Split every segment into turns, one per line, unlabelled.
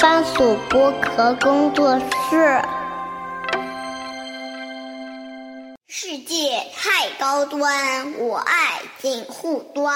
番薯剥壳工作室。世界太高端，我爱锦护端。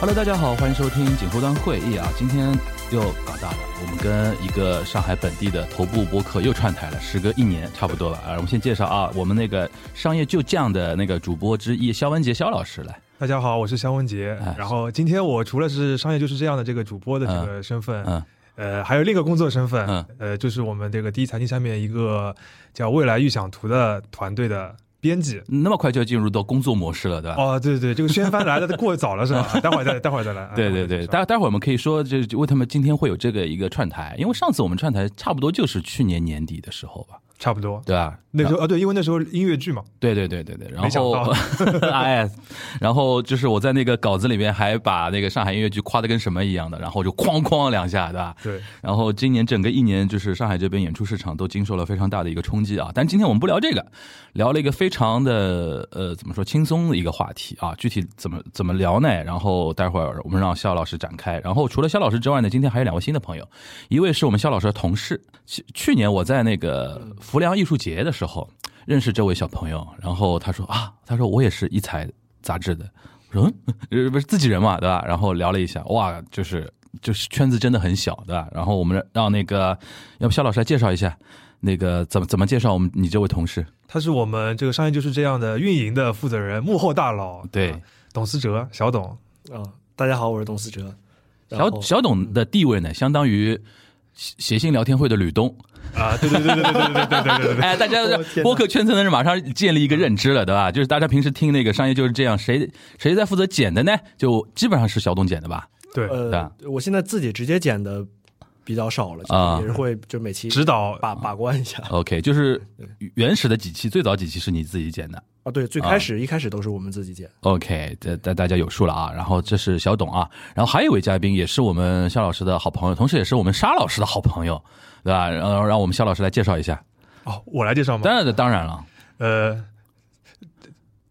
Hello，大家好，欢迎收听锦湖端会议啊！今天又搞大了，我们跟一个上海本地的头部播客又串台了，时隔一年差不多了啊！我们先介绍啊，我们那个商业就酱的那个主播之一肖文杰肖老师来，
大家好，我是肖文杰。
哎
然后今天我除了是商业就是这样的这个主播的这个身份，
嗯
呃，还有另一个工作身份，
嗯
呃，就是我们这个第一财经下面一个叫未来预想图的团队的编辑。
那么快就进入到工作模式了，对吧？
哦，对对，这个宣帆来的过早了是 吧？待会儿再待会儿再来。啊
对对对，，待待会儿我们可以说，就是为他们今天会有这个一个串台，因为上次我们串台差不多就是去年年底的时候吧，
差不多。
对吧？
那时候啊，对，因为那时候音乐剧嘛，
对对对对对，然
没想
后
到
哎，然后就是我在那个稿子里面还把那个上海音乐剧夸的跟什么一样的，然后就哐哐两下，对吧？
对，
然后今年整个一年，就是上海这边演出市场都经受了非常大的一个冲击啊。但今天我们不聊这个，聊了一个非常的呃怎么说轻松的一个话题啊。具体怎么怎么聊呢？然后待会儿我们让肖老师展开。然后除了肖老师之外呢，今天还有两位新的朋友，一位是我们肖老师的同事，去去年我在那个浮梁艺术节的时候认识这位小朋友，然后他说啊，他说我也是一财杂志的。我说 嗯，呃不是自己人嘛，对吧？然后聊了一下，哇，就是就是圈子真的很小，对吧？然后我们让那个，要不肖老师来介绍一下，那个怎么怎么介绍我们你这位同事？
他是我们这个商业就是这样的运营的负责人、幕后大佬，
对
啊董思哲，小董。
啊、大家好，我是董思哲。然
小
后
小董的地位呢，相当于写写信聊天会的吕 东。
啊，对对对对对对对对对对对。
哎，大家
天哪
播客圈层的人马上建立一个认知了，对吧？就是大家平时听那个商业就是这样，谁谁在负责剪的呢？就基本上是小董剪的吧？
对
对啊
呃，我现在自己直接剪的比较少了，就是
啊
也是会就每期
指导
把把关一下
OK，就是原始的几期，最早几期是你自己剪的。
啊。对，最开始、一开始都是我们自己剪，
OK，这大大家有数了啊。然后这是小董啊，然后还有一位嘉宾也是我们肖老师的好朋友，同时也是我们沙老师的好朋友，对吧？然后让我们肖老师来介绍一下。
哦，我来介绍吗？
当然的，当然了，
呃，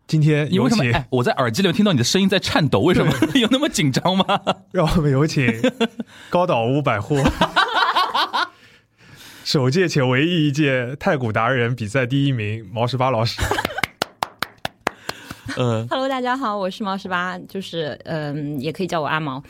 今天
你为
有
什么？
请，
哎，我在耳机里面听到你的声音在颤抖，为什么 有那么紧张吗？
让我们 有请高岛屋百货 首届且唯一一届太古达人比赛第一名毛十八老师。
呃
Hello，大家好，我是毛十八，就是嗯，也可以叫我阿毛。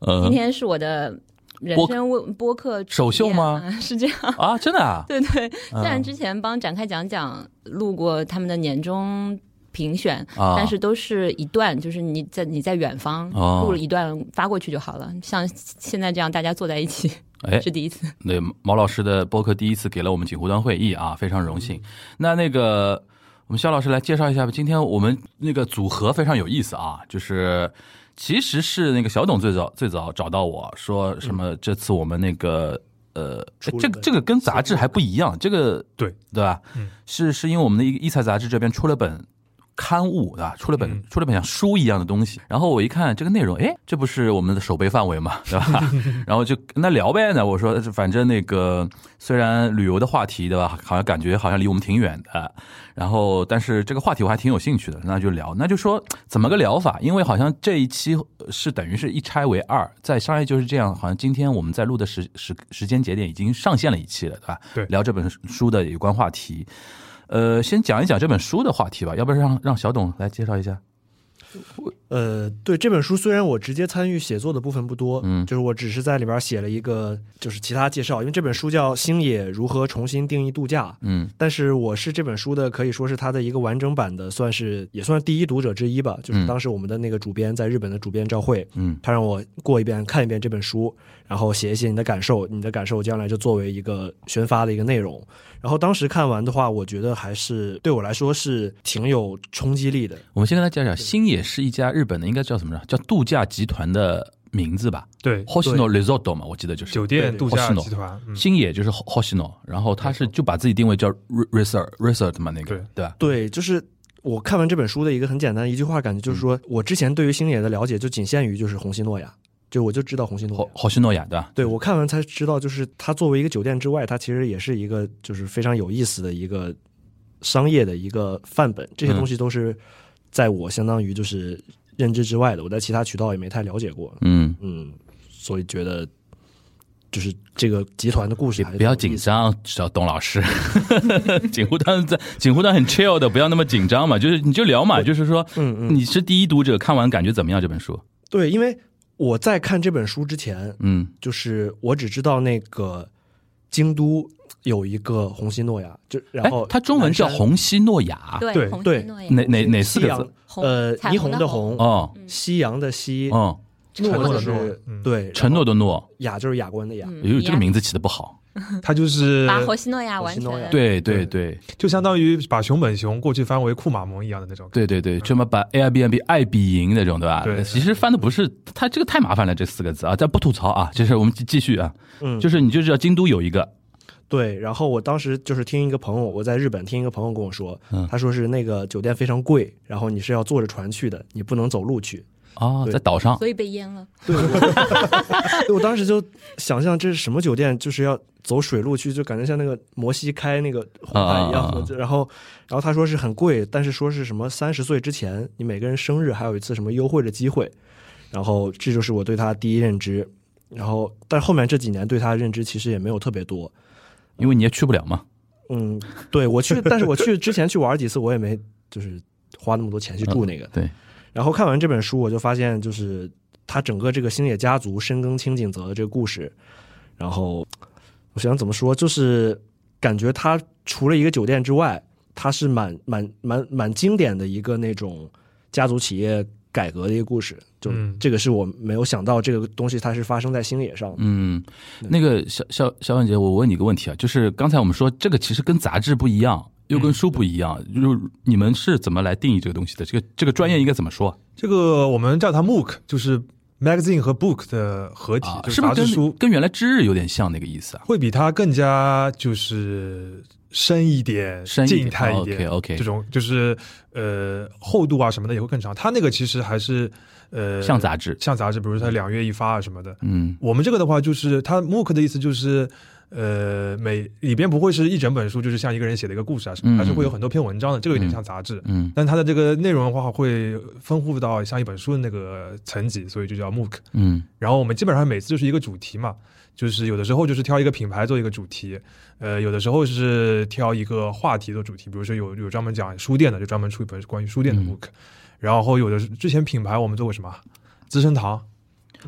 今
呃
天是我的人生播播客初
首秀吗
演啊 是这样，
啊，真的啊，
对对。虽然之前帮展开讲讲录过他们的年终评选，
啊
但是都是一段，就是你在你在远方
哦
录了一段发过去就好了。像现在这样大家坐在一起
哎，
是第一次。
对，毛老师的播客第一次给了我们锦湖端会议啊，非常荣幸。那那个，我们肖老师来介绍一下吧。今天我们那个组合非常有意思啊，就是其实是那个小董最早最早找到我说什么，这次我们那个。呃，哎
出了
这个
本
这个跟杂志还不一样，这个
对
对吧？
嗯
是是因为我们的一个一财杂志这边出了本刊物，对吧？出了本、
嗯
出了本像书一样的东西，然后我一看这个内容，哎，这不是我们的守备范围嘛，对吧？然后就跟他聊呗呢。我说，反正那个虽然旅游的话题对吧，好像感觉好像离我们挺远的，然后但是这个话题我还挺有兴趣的，那就聊。那就说怎么个聊法？因为好像这一期呃是等于是一拆为二，在商业就是这样。好像今天我们在录的时时时间节点已经上线了一期了，对吧？
对
聊这本书的有关话题。呃，先讲一讲这本书的话题吧，要不然让让小董来介绍一下。
呃，对这本书，虽然我直接参与写作的部分不多，嗯，就是我只是在里边写了一个，就是其他介绍，因为这本书叫《星野如何重新定义度假》，
嗯，
但是我是这本书的可以说是它的一个完整版的，算是也算是第一读者之一吧。就是当时我们的那个主编在日本的主编赵慧，
嗯，
他让我过一遍看一遍这本书，然后写一写你的感受，你的感受将来就作为一个宣发的一个内容。然后当时看完的话，我觉得还是对我来说是挺有冲击力的。
我们先跟他介绍，星野是一家日本的，应该叫什么呢？叫度假集团的名字吧
对，
，Hoshino Resort 嘛，我记得就是
酒店
对
度假
Hoshino
集团，嗯，
星野就是 Hoshino，然后他是就把自己定位叫 re- Resort Resort 嘛，那个
对
对吧？
对，就是我看完这本书的一个很简单一句话，感觉就是说、我之前对于星野的了解就仅限于就是红星诺亚。就我就知道红星诺
好
亚。
好西诺亚对吧？
对我看完才知道，就是它作为一个酒店之外，它其实也是一个就是非常有意思的一个商业的一个范本。这些
嗯
东西都是在我相当于就是认知之外的，我在其他渠道也没太了解过。
嗯，
嗯，所以觉得就是这个集团的故事还是
不要
挺有
紧
意思的
张，小董老师。 锦湖端在锦湖端很 chill 的，不要那么紧张嘛，就是你就聊嘛，就是说，
嗯嗯，
你是第一读者，看完感觉怎么样？这本书，
对，因为我在看这本书之前，
嗯
就是我只知道那个京都有一个红西诺亚，就然
哎
后，
它中文叫
南山
红西诺亚，
对
对，红
对
星诺亚
哪哪哪四
夕
个
阳
字？
红
呃，
彩
霓
虹
虹
的
的
红嗯
哦
夕阳的夕，
哦，
诺就
承诺的诺
是
嗯
对
承诺的诺，
雅就是雅观的雅，
嗯
哎呦，这个
呀
名字起的不好。
它就是
把活西诺亚完成
活西诺亚
对对对
就相当于把熊本熊过去翻为库马蒙一样的那种。
对对对，这么把 Airbnb 爱彼迎那种，对吧？
对
其实翻的不是它这个太麻烦了，这四个字啊，但不吐槽啊，就是我们继继续啊，
嗯，
就是你就知道京都有一个，
对。然后我当时就是听一个朋友，我在日本听一个朋友跟我说
嗯，
他说是那个酒店非常贵，然后你是要坐着船去的，你不能走路去。
哦，
对
在岛上，
所以被淹了。
对，我对我当时就想象这是什么酒店，就是要走水路去，就感觉像那个摩西开那个红毯一
啊啊啊
样。然后，然后他说是很贵，但是说是什么三十岁之前，你每个人生日还有一次什么优惠的机会。然后这就是我对他第一认知。然后，但后面这几年对他的认知其实也没有特别多。
因为你也去不了嘛。
嗯，对我去，但是我去之前去玩几次，我也没就是花那么多钱去住那个。
对，
然后看完这本书，我就发现，就是他整个这个星野家族深耕清井泽的这个故事，然后我想怎么说，就是感觉他除了一个酒店之外，他是蛮蛮蛮蛮经典的一个那种家族企业改革的一个故事。就
嗯
这个是我没有想到，这个东西它是发生在星野上的。
嗯，那个小小小婉姐，我问你个问题啊，就是刚才我们说这个其实跟杂志不一样，又
嗯
跟书不一样，就是你们是怎么来定义这个东西的？这个这个专业应该怎么说
这个我们叫它 MOOC，就是 magazine 和 book 的合体，
啊？
嗯就是是
不
杂
是
志
跟
书，
跟原来知日有点像那个意思啊？
会比它更加就是深一点、
深一点
静态一点。
哦，OK，OK
这种就是呃厚度啊什么的也会更长。它那个其实还是呃
像杂志
像杂志，比如说它两月一发啊什么的。
嗯
我们这个的话，就是它 MOOC 的意思就是，呃，每里边不会是一整本书，就是像一个人写的一个故事啊什
嗯
么，它是会有很多篇文章的，这个有点像杂志。
嗯
但它的这个内容的话，会丰富到像一本书的那个层级，所以就叫 MOOC。
嗯
然后我们基本上每次就是一个主题嘛，就是有的时候就是挑一个品牌做一个主题，呃，有的时候是挑一个话题做主题，比如说有有专门讲书店的，就专门出一本关于书店的
嗯
MOOC。然后有的是之前品牌我们做过什么啊资生堂，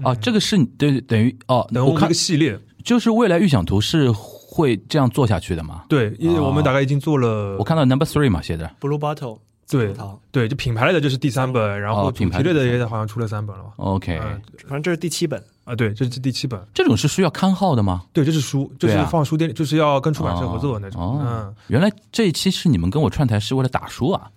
啊，这个是等等于哦，
等
我
我们这
看
个系列，
就是未来预想图是会这样做下去的吗？
对，因为我们大概已经做了，
哦我看到 number three 嘛写
嗯
的，
Blue Bottle
对
葡萄
对，就品牌类的这是第三本，然后
哦品
主
牌
题类的
第三
也好像出了三本了嘛。
OK，、
嗯
反正这是第七本。
啊，对，这是第七本，
这种是需要刊号的吗？
对，这是书，就
对
是
啊
放书店里，就是要跟出版社合作的那
哦
种。
哦
嗯，
原来这一期是你们跟我串台是为了打书啊！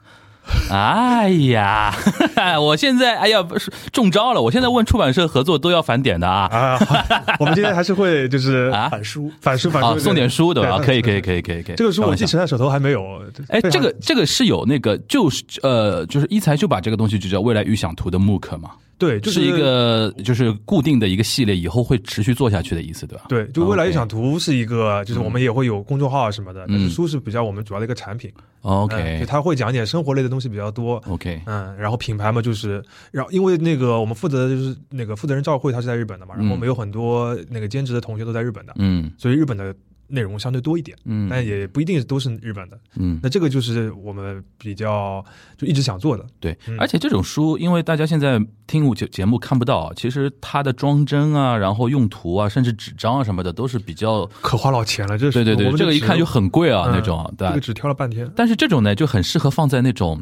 哎呀， 我现在哎呀不是中招了，我现在问出版社合作都要返点的啊
啊，好我们今天还是会就是
啊
板书
反书反
啊，
书
送点书对吧？
对啊
可以可以
对
可以可以可以，
这个书
开
我
玩
继
笑
承在手头还没有。
哎，
非常
这个这个是有那个就是呃，就是一才就把这个东西就叫未来预想图的 MOOC 嘛，
对，就是
哎一个就是固定的一个系列，以后会持续做下去的意思，对吧？
对，就
哦
未来预想图是一个，就是我们也会有公众号啊什么的，但
嗯
是书是比较我们主要的一个产品。嗯就
，OK
它会讲一点生活类的东西比较多。
哎 OK，
嗯，然后品牌嘛，就是，然后因为那个我们负责的就是那个负责人赵慧，她是在日本的嘛，然后我们有很多那个兼职的同学都在日本的，
嗯
所以日本的内容相对多一点，
嗯
但也不一定都是日本的。
嗯，
那这个就是我们比较就一直想做的，
对，
嗯
而且这种书，因为大家现在听我节节目看不到，其实它的装帧啊，然后用途啊，甚至纸张啊什么的，都是比较，
可花老钱了，这是
对对
我
对，
们
这个一
纸
看就很贵啊
嗯
那种，对
这
吧
个？只挑了半天
但是这种呢，就很适合放在那种，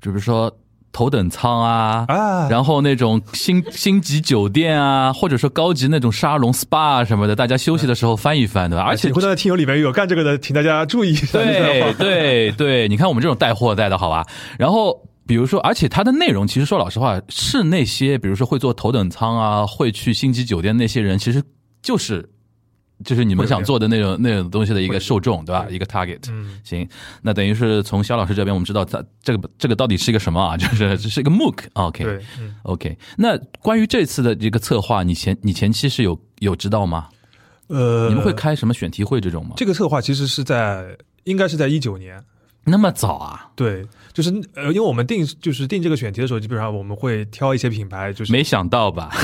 比如说头等舱啊。
啊，
然后那种星星级酒店啊，或者说高级那种沙龙 SPA 啊什么的，大家休息的时候翻一翻，对吧？而且
会在听友里面有干这个的，请大家注意一下。
对对对，你看我们这种带货带的好吧？然后比如说，而且它的内容，其实说老实话，是那些比如说会坐头等舱啊，会去星级酒店那些人，其实就是就是你们想做的那种那种东西的一
会有
个
这样
受众，对吧？
会
一个 target。
嗯，
行，那等于是从肖老师这边，我们知道他这个这个到底是一个什么啊？就是这是一个 MOOC。OK
对，嗯。
OK，那关于这次的这个策划，你前你前期是有有知道吗？
呃，
你们会开什么选题会这种吗？
这个策划其实是在应该是在一九年，
那么早啊？
对，就是呃，因为我们定就是定这个选题的时候，基本上我们会挑一些品牌，就是
没想到吧？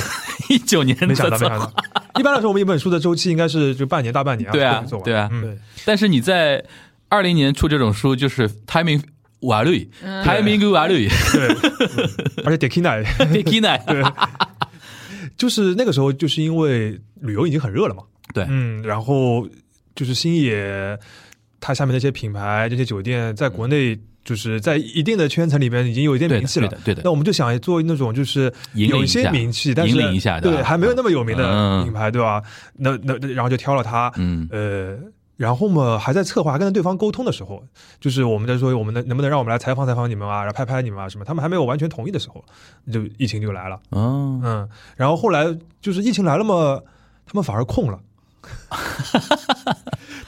一九年
没想
的
到，没
策
想
划
到。一般来说，我们一本书的周期应该是就半年大半年、
对啊
做完
对啊
嗯，
对
但是你在二零年出这种书，就是 timing 瓦律
嗯
，timing 瓦律
对，嗯而且 Dekina 也
d i k i n a
就是那个时候，就是因为旅游已经很热了嘛，
对
嗯，然后就是星野它下面那些品牌、这些酒店，在国内就是在一定的圈层里边已经有一定
对的
名气了
对的，对的
那我们就想做那种就是
引领
有
一下
些名气，但是
引领一下对
对
吧
还没有那么有名的
嗯
品牌，对吧？那那那然后就挑了它，
嗯
呃，然后嘛，还在策划还跟对方沟通的时候，就是我们在说我们能能不能让我们来采访采访你们啊，然后拍拍你们啊什么，他们还没有完全同意的时候，就疫情就来了，
哦，
嗯，然后后来就是疫情来了嘛，他们反而空 了。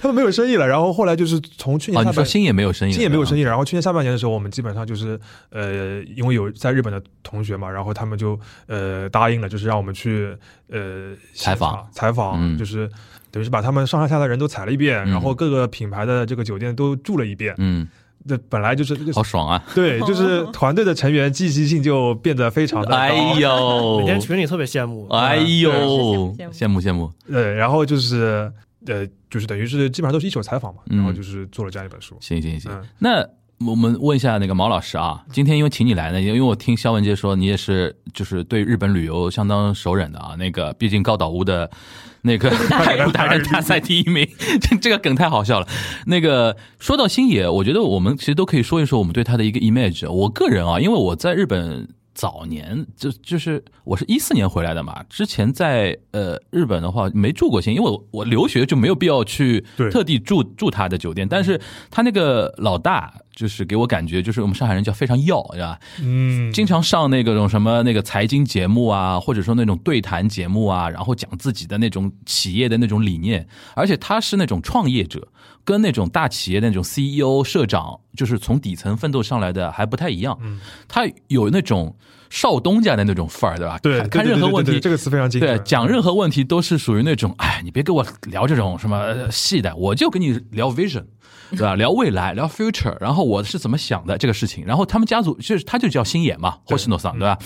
他们没有生意了，然后后来就是从去
哦，
年
你
下
说
半
心也没有生意，嗯
今也没有生
意，
意。然后去年下半年的时候，我们基本上就是呃，因为有在日本的同学嘛，然后他们就呃答应了，就是让我们去呃
采访
现场采访，
嗯
就是等于是把他们上上下下的人都采了一遍，
嗯
然后各个品牌的这个酒店都住了一遍。
嗯，
这、本来就是
好爽啊！
对，就是团队的成员积极性就变得非常的 高。
哎呦
每，天群里特别羡慕，
哎呦，
对
羡慕羡慕，
对，呃然后就是呃，就是等于是基本上都是一手采访嘛，
嗯
然后就是做了这样一本书。
行行行
嗯，
那。我们问一下那个毛老师啊，今天因为请你来呢，因为我听肖文杰说你也是就是对日本旅游相当熟稔的啊，那个毕竟高岛屋的那个太古达人大赛第一名， 这这个梗太好笑了。 那个说到星野，我觉得我们其实都可以说一说我们对他的一个 image。我个人啊，因为我在日本早年就就是我是一四年回来的嘛，之前在呃日本的话没住过星野，因为我我留学就没有必要去
对
特地住住他的酒店，但是他那个老大就是给我感觉就是我们上海人叫非常要，对吧？
嗯，
经常上那个种什么那个财经节目啊，或者说那种对谈节目啊，然后讲自己的那种企业的那种理念，而且他是那种创业者，跟那种大企业的那种 CEO 社长，就是从底层奋斗上来的还不太一样，
嗯
他有那种少东家的那种范儿，对吧？
对，
看看
对
任何
对对
问
对
题
这个词非常精准。
对，讲任何问题都是属于那种，哎，你别跟我聊这种什么呃细的，我就跟你聊 vision，对吧？聊未来，聊 future，然后我是怎么想的这个事情。然后他们家族就是他就叫星野嘛，霍西诺
嗯
桑，对吧？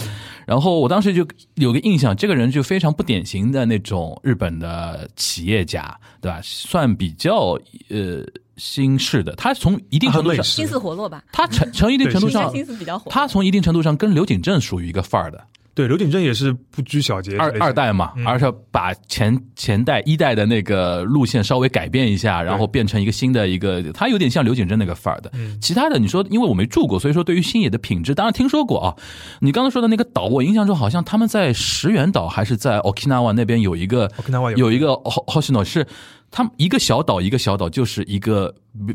然后我当时就有个印象，这个人就非常不典型的那种日本的企业家，对吧？算比较呃新式的，他从一定程度
啊他很美
上，
式
心思活络吧，
他成从一定程度
应该
上，
心思比较活络。
他从一定程度上跟刘景正属于一个范儿的。
对，刘景正也是不拘小节，
二
类似嗯
二代嘛，而且把前前代一代的那个路线稍微改变一下，然后变成一个新的一个，他有点像刘景正那个范儿的。
嗯
其他的你说，因为我没住过，所以说对于星野的品质，当然听说过啊。你刚才说的那个岛，我印象中好像他们在石垣岛还是在 Okinawa 那边有一个
Okinawa 有
有一个 ho- Hoshino 是。他们一个小岛一个小岛就是一个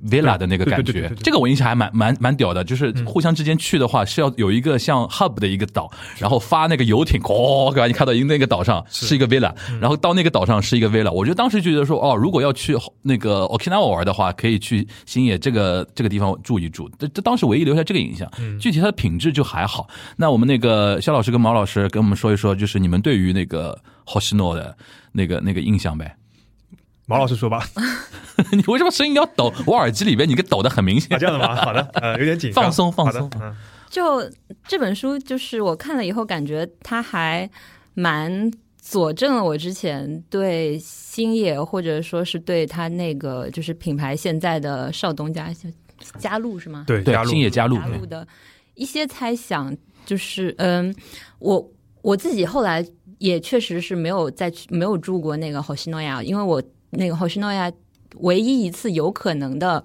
villa 的那个感
对对对
觉
对对，
这个我印象还蛮蛮蛮屌的，就是互相之间去的话是要有一个像 hub 的一个岛，然后发那个游艇，哐，给你开到一个那个岛上是一个 villa，然后
嗯
到那个岛上是一个 villa。我觉得当时觉得说，哦，如果要去那个 Okinawa 玩的话，可以去星野这个这个地方住一住。这这当时唯一留下这个印象，
嗯
具体它的品质就还好。那我们那个肖老师跟毛老师跟我们说一说，就是你们对于那个 Hoshino 的那个那个印象呗。
毛老师说吧，
你为什么声音要抖？我耳机里边你给抖的很明
啊，
显
这。样的吗？好的，呃，有点紧张，
放松放
好的
松
嗯，
就这本书，就是我看了以后，感觉它还蛮佐证了我之前对星野，或者说是对他那个就是品牌现在的少东家加入是吗？
对，
对
加，入
星野加入
加入的一些猜想，就是嗯，我我自己后来也确实是没有再去没有住过那个 h o s h i n o y a 因为我那个 h o s h i n o y a 唯一一次有可能的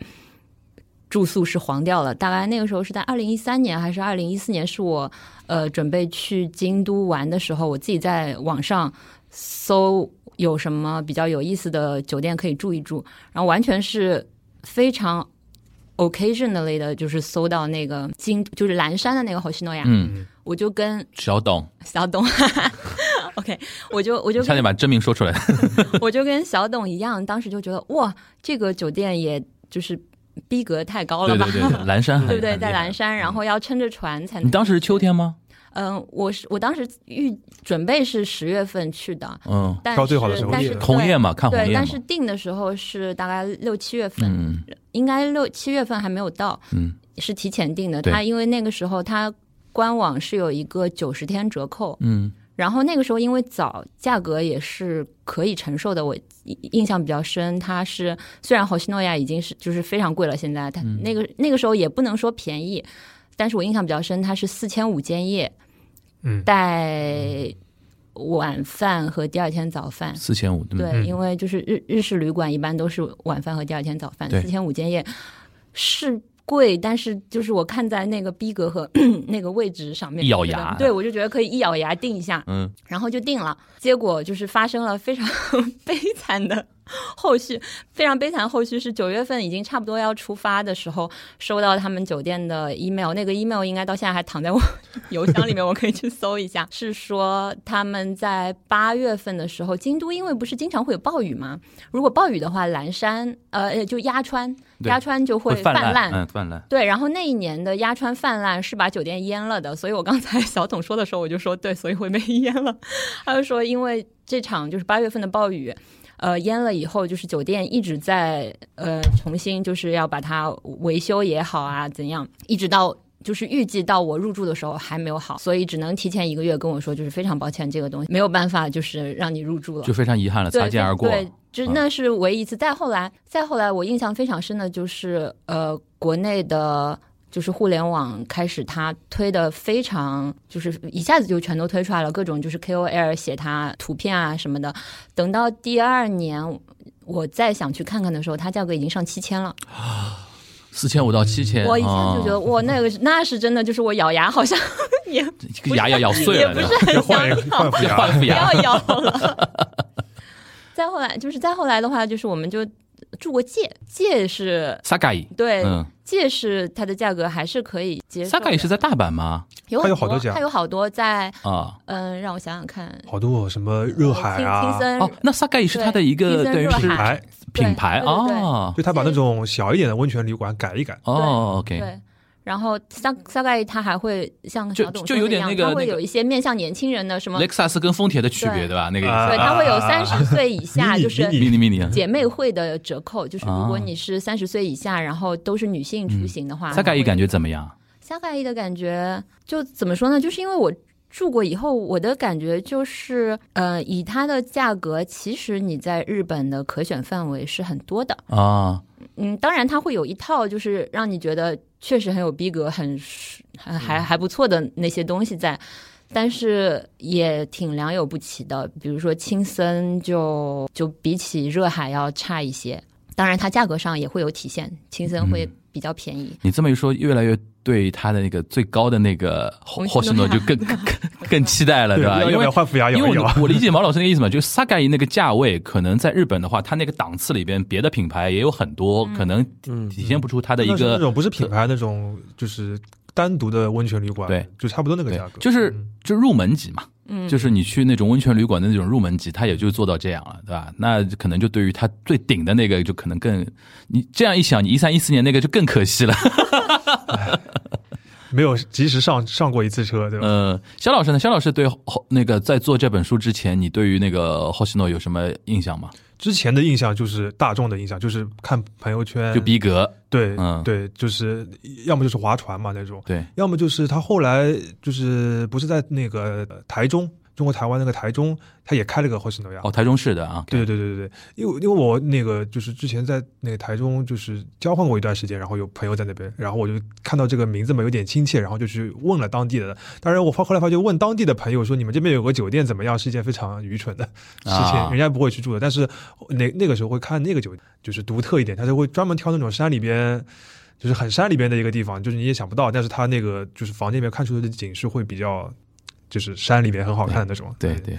住宿是黄掉了，大概那个时候是在二零一三年还是二零一四年，是我呃准备去京都玩的时候，我自己在网上搜有什么比较有意思的酒店可以住一住，然后完全是非常 occasionally 的，就是搜到那个京就是岚山的那个侯西诺亚，
嗯，
我就跟
小董
小董 OK，我就我就
差点把真名说出来。
我就跟小董一样，当时就觉得哇，这个酒店也就是逼格太高了
对
吧，
对对， 对蓝山很
不哦对？
很厉
在
害嗯
蓝山，然后要撑着船才能。
你当时是秋天吗？
嗯、我是我当时预准备是十月份去的，
嗯，
但
挑最
是
好的时候
但
去
是
的
对
红叶嘛，看红
对，
叶
但
嘛。
是定的时候是大概六七月份，
嗯
应该六七月份还没有到，
嗯，
是提前定的。
对
他因为那个时候他官网是有一个九十天折扣，
嗯
然后那个时候因为早，价格也是可以承受的。我印印象比较深，它是虽然侯西诺亚已经是就是非常贵了，现在它
嗯
那个、那个时候也不能说便宜，但是我印象比较深，它是四千五间夜
嗯，
带晚饭和第二天早饭。
四千五，
对，
嗯
因为就是日日式旅馆一般都是晚饭和第二天早饭，
对
四千五间夜是贵，但是就是我看在那个逼格和 那个位置上面，
一咬
觉得
牙
对我就觉得可以一咬牙定一下，
嗯，
然后就定了。结果就是发生了非常 悲惨的后续，非常悲惨的后续是九月份已经差不多要出发的时候，收到他们酒店的 email，那个 email 应该到现在还躺在我 邮箱里面，我可以去搜一下。是说他们在八月份的时候，京都因为不是经常会有暴雨嘛，如果暴雨的话，蓝山呃就鸭川，
对
鸭川就会
会泛
滥。
嗯，泛滥。
对，然后那一年的鸭川泛滥是把酒店淹了的，所以我刚才 小董说的时候，我就说对，所以会被淹了。他就说，因为这场就是八月份的暴雨，呃，淹了以后，就是酒店一直在呃重新就是要把它维修也好啊，怎样，一直到。就是预计到我入住的时候还没有好，所以只能提前一个月跟我说，就是非常抱歉，这个东西没有办法，就是让你入住了
就。非常遗憾了，
对
擦肩而过。
对，就
嗯
那是唯一一次。再后来，再后来，我印象非常深的就是，呃，国内的。就是互联网开始，它推的非常，就是一下子就全都推出来了，各种就是 KOL 写它图片啊什么的。等到第二年我再想去看看的时候，它价格已经上七千了，
四千五到七千，
我一下就觉得
啊
哇，那个是那是真的，就是我咬牙好像也
这个牙要咬哦碎
也
了，
不
对吧
是很
要换一
想
个 换副
要换一，副
牙
不
牙。
要摇了。 再后来就是再后来的话，就是我们就住过借，借是
萨嘎伊，
对、
嗯，
借是它的价格还是可以接受
萨
的。
嘎伊是在大阪吗？
有
它有
很
好多家
它有好多在
啊，
嗯，让我想想看，呃
好多什么热海
青青
啊，
森
哦，那萨嘎伊是它的一个
对
等于
金森
是
若海
哎，
品牌
对对对
啊。
就他把那种小一点的温泉旅馆改一改，
哦，OK，
对。然后大大概它还会像
就
小董
就
说
有
的
点
一样
那个
它
那
会
个
有一些面向年轻人的什么，
雷克萨斯跟丰田的区别，
对
对吧？那个
啊
对，
意
它会有
啊啊啊
三十岁以下，
迷你
就是
思。
迷
迷你啊迷你，
姐妹会的折扣，就是如果你是三十岁以下，然后都是女性出行的话，
萨嘎伊
会
感觉怎么样？
夏盖伊的感觉，就怎么说呢？就是因为我住过以后，我的感觉就是，呃，以它的价格，其实你在日本的可选范围是很多的。
啊，
嗯，当然它会有一套，就是让你觉得确实很有逼格、很是还还还不错的那些东西在。但是也挺良莠不齐的，比如说青森就就比起热海要差一些，当然它价格上也会有体现，青森会比较便宜。
你这么一说，越来越对他的那个最高的那个霍
红
霍什诺就更更更更期待了，对吧？
要
因
要不
为
要换副牙
因
咬
为
一咬
我？我理解毛老师那个意思嘛，就是萨盖伊那个价位，可能在日本的话，它那个档次里边，别的品牌也有很多，可能
嗯
体现不出它的一
那是那
个
种不是品牌那种，就是单独的温泉旅馆，
对，
就差不多那个
对
价格，，
就是
嗯
就入门级嘛，
嗯，
就是你去那种温泉旅馆的那种入门级，它也就做到这样了，对吧？那可能就对于它最顶的那个，就可能更你这样一想，你一三一四年那个就更可惜了。
没有及时上上过一次车，对吧？
呃，肖老师呢？肖老师对后那个在做这本书之前，你对于那个霍希诺有什么印象吗？
之前的印象就是大众的印象，就是看朋友圈，
就逼格，
对、
嗯
对，就是要么就是划船嘛那种，
对，
要么就是他后来就是不是在那个呃台中，中国台湾那个台中，他也开了个霍士诺亚。
哦，台中市的啊，
对对对对对，因为因为我那个就是之前在那个台中就是交换过一段时间，然后有朋友在那边，然后我就看到这个名字嘛有点亲切，然后就去问了当地的。当然我发后来发觉问当地的朋友说你们这边有个酒店怎么样是一件非常愚蠢的事情，
啊
人家不会去住的。但是那那个时候会看那个酒店就是独特一点，他就会专门挑那种山里边。就是很山里边的一个地方，就是你也想不到，但是它那个就是房间里面看出的景是会比较，就是山里边很好看的那种。
对对，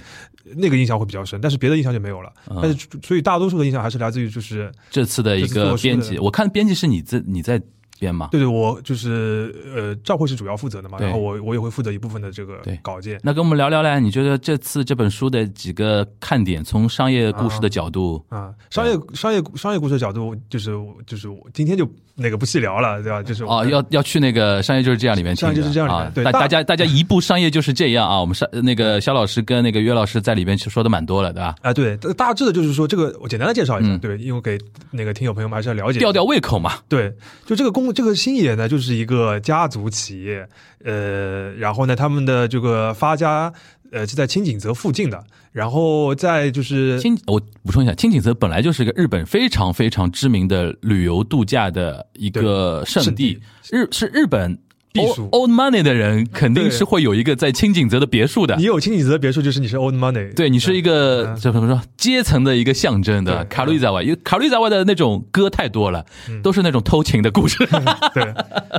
那个印象会比较深，但是别的印象就没有了。
嗯
但是所以大多数的印象还是来自于就是
这次的一
这次做
个
书的
编辑，我看编辑是你在你在编嘛。
对对，我就是呃，赵慧是主要负责的嘛，
对
然后我我也会负责一部分的这个
对
稿件。
那跟我们聊聊嘞，你觉得这次这本书的几个看点，从商业故事的角度，
啊，商业商业商业故事的角度，就是我就是我今天就那个不细聊了，对吧？就是
哦，要要去那个《商业就是这样》里面听的，
商业就是这样里面
啊
对
大
大
大家大家一部《商业就是这样》啊，我们上那个肖老师跟那个岳老师在里边说的蛮多了，对吧？
啊，对，大大致的就是说这个，我简单的介绍一下，
嗯
对，因为给那个听友朋友们还是要了解一下
吊吊胃口嘛，
对，就这个公这个星野呢，就是一个家族企业，呃，然后呢，他们的这个发家，呃，是在清井泽附近的，然后在就是
清，我补充一下，清景泽本来就是一个日本非常非常知名的旅游度假的一个圣地，日是日本
避
old
暑
old money 的人肯定
对
是会有一个在清景泽的别墅的
你。有清井泽别墅，就是你是 old money，
对你是一个
嗯
叫什么说阶层的一个象征的
对嗯
卡路伊在外，因为卡路伊在外的那种歌太多了，都是那种偷情的故 事，
对，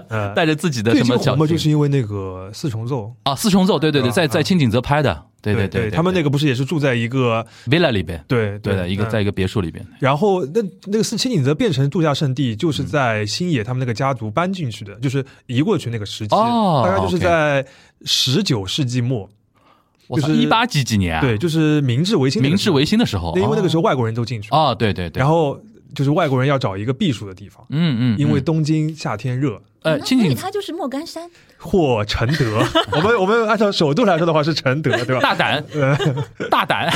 呃，
带着自己的
最
什么
近
小
红的就是因为那个四重奏，
啊四重奏，对对对，
啊
在在清景泽拍的，对
对
对对，
他们那
个
个不是也是住在一个
villa 里边，
对
对的一个
嗯
在一个别墅里边，
然后那那个四清井泽变成度假胜地，就是
嗯
在星野他们那个家族搬进去的，就是移过去那个时期，
哦
大概就是
OK
在十九世纪末，
我操，
就是
一八几几年啊，
对，就是明治维新那
明
个时
治
候，
维新的时候，
那因为那个时
候
候外国人都进去，
啊，对对对，
然后就是外国人要找一个避暑的地方，
嗯嗯，
因为
嗯
东京夏天热。
呃，
嗯那
清
所以
景
它就是莫干山，
或承德， 我们我们按照首都来说的话是承德，对吧？
大 胆， 大胆，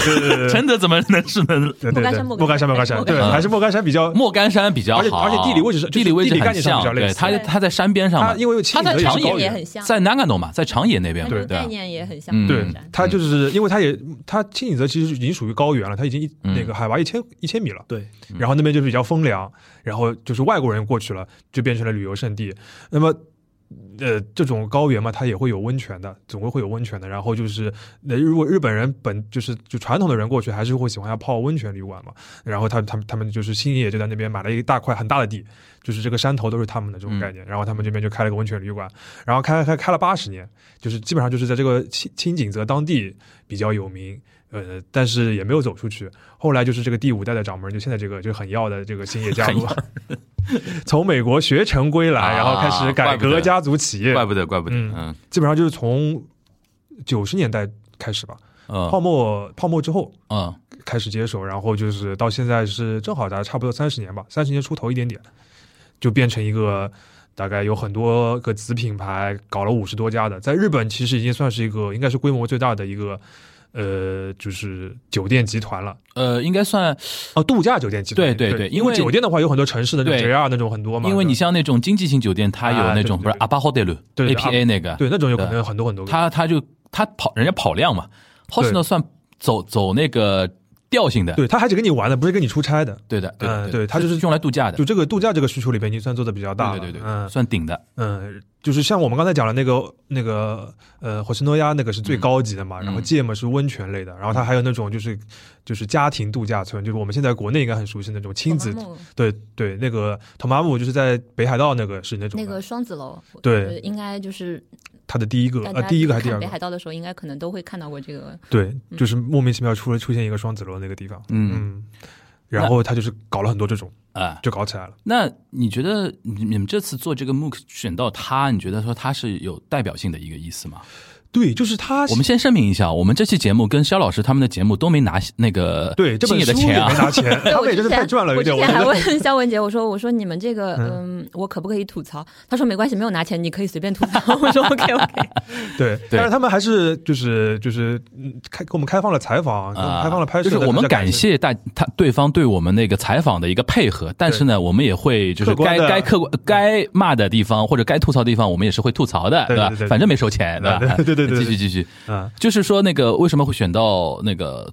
承德怎么能是能？
对对
莫干
对，
山
莫
莫
干山
干山
莫干山，
莫干
对，
山
还是莫干山比较
莫干山比较
而且
好，
而且地理位置是
地理位置
地理概
很
念上
像，
比较类
对，
似
它
对
它在山边上嘛
它，因为有清
它在
井泽也
长
是
概
野
念
原
也很像，
在南港岛嘛，在长野那边
它
嘛，
那
对啊
个概
吧？
念也很像
嗯
莫
对
干山。，
它就是因为它也它清井泽其实已经属于高原了，它已经一
嗯
那个海拔一千一千米了。
对，
然后那边就是比较风凉，然后就是外国人过去了，就变成了旅游胜地。那么。呃，这种高原嘛，它也会有温泉的，总归会有温泉的。然后就是，那如果日本人本就是就传统的人过去，还是会喜欢要泡温泉旅馆嘛。然后他他们他们就是星野就在那边买了一大块很大的地，就是这个山头都是他们的这种概念。然后他们这边就开了个温泉旅馆，然后开开开了八十年，就是基本上就是在这个清清井泽当地比较有名，呃，但是也没有走出去。后来就是这个第五代的掌门，就现在这个就很要的这个星野家族，从美国学成归来，
啊
然后开始改
怪不
革
得
家族企业，
怪不得，怪不得，
嗯
嗯
基本上就是从九十年代开始吧，泡
嗯
沫泡沫之后
嗯，
开始接手，然后就是到现在是正好大概差不多三十年吧，三十年出头一点点，就变成一个大概有很多个子品牌，搞了五十多家的，在日本其实已经算是一个应该是规模最大的一个。呃，就是酒店集团了，
呃，应该算，
哦，度假酒店集团，
对对
对
对因
因
为
酒店的话有很多城市的那种
对
JR 那种很多嘛，
因为你
对
像那种经济型酒店，它有
啊
那种
对对
不是
对
a p a Hotel
对对
APA 那个，
对那种有可能有很多很多个，
它它就它跑人家跑量嘛 h o s t e l 算走走那个调性的，
对，他还只跟你玩的，不是跟你出差的，
对的，对
嗯
的
对它就是
用来度假的
就，这个度假这个需求里边，已经算做的比较大了，
对对对对，
嗯
算顶的，
嗯，就是像我们刚才讲的那个那个呃，火神诺亚那个是最高级的嘛，
嗯
然后
嗯
芥末是温泉类的，然后它还有那种就是就是家庭度假村，就是我们现在国内应该很熟悉那种亲子，
梦
对对，那个托马姆就是在北海道那个是那种
那
的
个双子楼，
对
呃应该就是
它的第一个
大
呃
家
第一个还是第
看
二
北海
个，
道的时嗯候，应该可能都会看到过 这个。
对，就是莫名其妙出了出现一个双子楼那个地方，
嗯
嗯，然后他就是搞了很多这种，
啊。
就搞起来了。
那你觉得你你们这次做这个 MOOC 选到它，你觉得说它是有代表性的一个意思吗？
对，就是他
我们先声明一下，我们这期节目跟肖老师他们的节目都没拿那个
对这
星
本
野
书
的
也没
钱啊。
拿钱，
对
他
我
们也真
之
是
前
太赚了，有点
我
我
之前还
觉得。
问肖文杰，我说我说你们这个
嗯
嗯我可不可以吐槽？他说没关系，没有拿钱，你可以随便吐 槽。我说 OK OK。
对，
对
但是他们还是就是就是嗯开给我们开放了采访，给我们
啊
开放了拍摄，
就是我们感谢大他对方对我们那个采访的一个配合，但是呢，我们也会就是
客观嗯
该
地
该客观该骂的地方或者该吐槽的地方，我们也是会吐槽的，
对
吧
对对？对
反正没收钱，吧？
对对对对对
继续继续，
啊，
就是说那个为什么会选到那个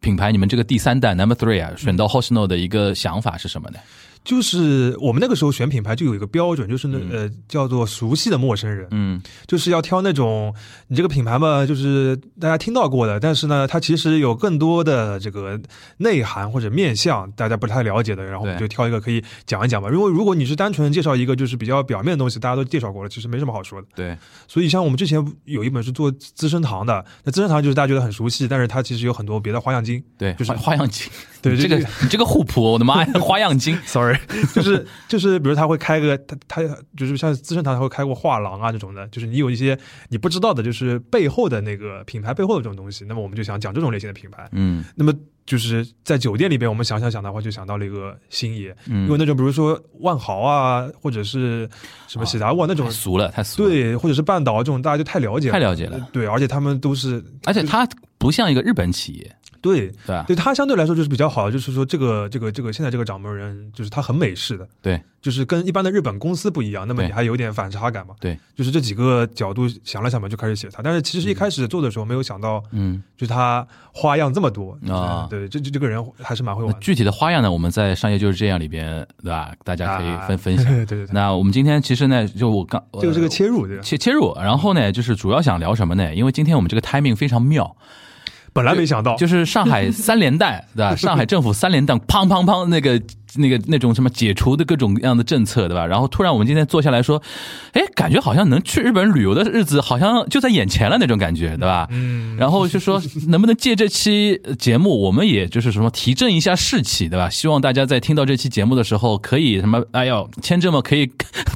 品牌？你们这个第三代 Number Three
嗯
啊，选到 Hosno 的一个想法是什么呢？
就是我们那个时候选品牌就有一个标准，就是那呃叫做熟悉的陌生人，
嗯
就是要挑那种你这个品牌嘛，就是大家听到过的，但是呢，它其实有更多的这个内涵或者面向大家不太了解的，然后我们
对
就挑一个可以讲一讲吧。因为如果你是单纯介绍一个就是比较表面的东西，大家都介绍过了，其实没什么好说的。
对，
所以像我们之前有一本是做资生堂的，那资生堂就是大家觉得很熟悉，但是它其实有很多别的花样精。
对，
就是
花花样精，
对
这个
这个
你这个互补，我的妈呀，花样精！
Sorry，就是 就是，比如他会开个他他就是像资生堂，他会开过画廊啊这种的，就是你有一些你不知道的，就是背后的那个品牌背后的这种东西。那么我们就想讲这种类型的品牌。
嗯
那么就是在酒店里边，我们想想想的话，就想到了一个星爷，因为
嗯，
那种比如说万豪啊，或者是什么喜达沃那种
太，俗了，太俗了，
对，或者是半岛这种，大家就太了解了，
哦太了解了。
对，而且他们都是
而且它不像一个日本企业，
对。
对吧？
对它相对来说就是比较好，就是说这个这个这个现在这个掌门人就是他很美式的，
对，
就是跟一般的日本公司不一样，那么
对
你还有点反差感嘛？
对，
就是这几个角度想了想嘛，就开始写它。但是其实一开始做的时候没有想到，
嗯。
就是他花样这么多
啊
对，这这这个人还是蛮会玩的。
具体的花样呢，我们在商业就是这样里边，对吧？大家可以分分享。
啊 对对对，
那我们今天其实呢，就我刚
这个是
呃
个切入，对吧？
切切入，然后呢，就是主要想聊什么呢？因为今天我们这个 timing 非常妙，
本来没想到，
就是上海三联弹，对 吧？上海政府三联弹，砰砰砰，那个那个那种什么解除的各种各样的政策，对吧？然后突然我们今天坐下来说，哎，感觉好像能去日本旅游的日子好像就在眼前了那种感觉，对吧？
嗯，
然后就说 能不能借这期呃节目，我们也就是什么提振一下士气，对吧？希望大家在听到这期节目的时候，可以什么，哎呦，签证嘛可以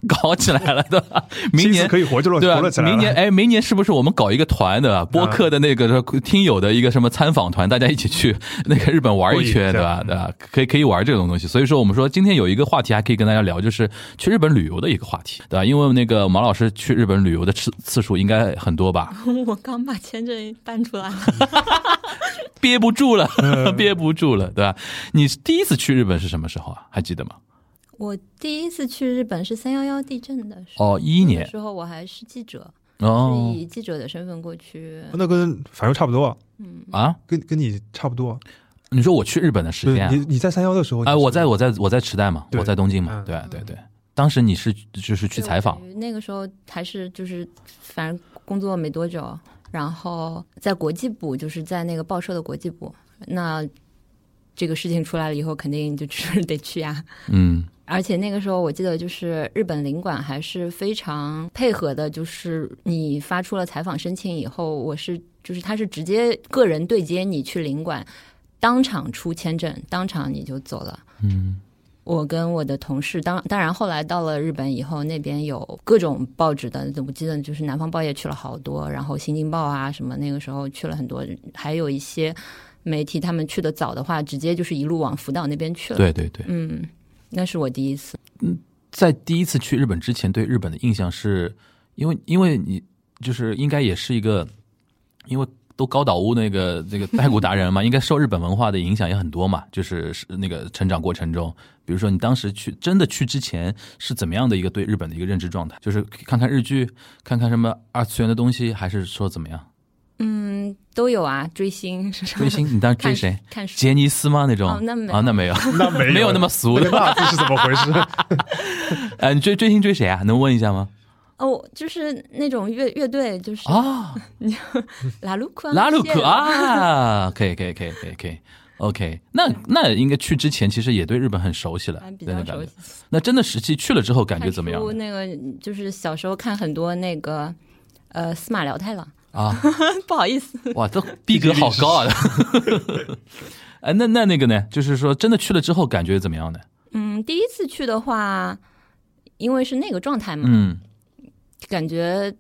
搞起来了，对吧？明
心
年
思可以活着 了，
对吧
活了起？来了啊
明年哎，明年是不是我们搞一个团对吧？播客的那个听友的一个什么参访团，大家一起去那个日本玩一圈，
过瘾一下
对吧？对吧？啊可以可以玩这种东西。所以说，我们说今天有一个话题还可以跟大家聊，就是去日本旅游的一个话题，对吧？因为那个马老师去日本旅游的次次数应该很多吧？
嗯
我刚把签证办出来，
憋不住了，
嗯
憋不住了，对吧？你第一次去日本是什么时候啊？还记得吗？
我第一次去日本是三幺幺地震的时候，
哦，一一
那
年
时候我还是记者，
哦
是以记者的身份过去。
那跟反正差不多啊，
啊！
跟跟你差不多。
你说我去日本的时
对
间啊
你？你在三幺的时候，
哎，
你是
我在我在我在池袋嘛，
对
我在东京嘛
嗯，
对啊对对。当时你是就是去
对
采访
我，于那个时候还是就是反正工作没多久，然后在国际部，就是在那个报社的国际部。那这个事情出来了以后，肯定就 就是得去呀、
嗯
而且那个时候，我记得就是日本领馆还是非常配合的，就是你发出了采访申请以后，我是就是他是直接个人对接你去领馆，当场出签证，当场你就走了。
嗯
我跟我的同事，当当然后来到了日本以后，那边有各种报纸的，我记得就是南方报业去了好多，然后新京报啊什么，那个时候去了很多，还有一些媒体他们去的早的话，直接就是一路往福岛那边去了。，
对对对。
嗯，那是我第一次。
在第一次去日本之前，对日本的印象是，因为因为你就是应该也是一个，因为都高岛屋那个那个太古达人嘛，应 该受日本文化的影响也很多嘛，就是是那个成长过程中，比如说你当时去真的去之前是怎么样的一个对日本的一个认知状态，就是看看日剧，看看什么二次元的东西，还是说怎么 样
嗯，都有啊，追星是什么
追星？你当时追
看
谁？？
看书。
杰尼斯吗？那种、
哦那没有
啊，那没有，
那没
没有那么俗
那个
的。
那字是怎么回事？
呃，你追追星追谁啊？能问一下吗？
哦，就是那种乐乐队，就是
啊，
拉鲁克，
拉鲁
谢
克
了，
啊，可以可以可以可以可以，OK。那那应该去之前其实也对日本很熟悉了
嗯还，比
那
较
种感
熟
觉
悉。。
那真的实际去了之后感觉
看
怎么样
书那个就是小时候看很多那个呃司马辽太郎，
啊？
不好意思，
哇，这逼格好高啊！ 哎，那那那个呢？就是说真的去了之后感觉怎么样呢？
嗯，第一次去的话，因为是那个状态嘛，
嗯
感觉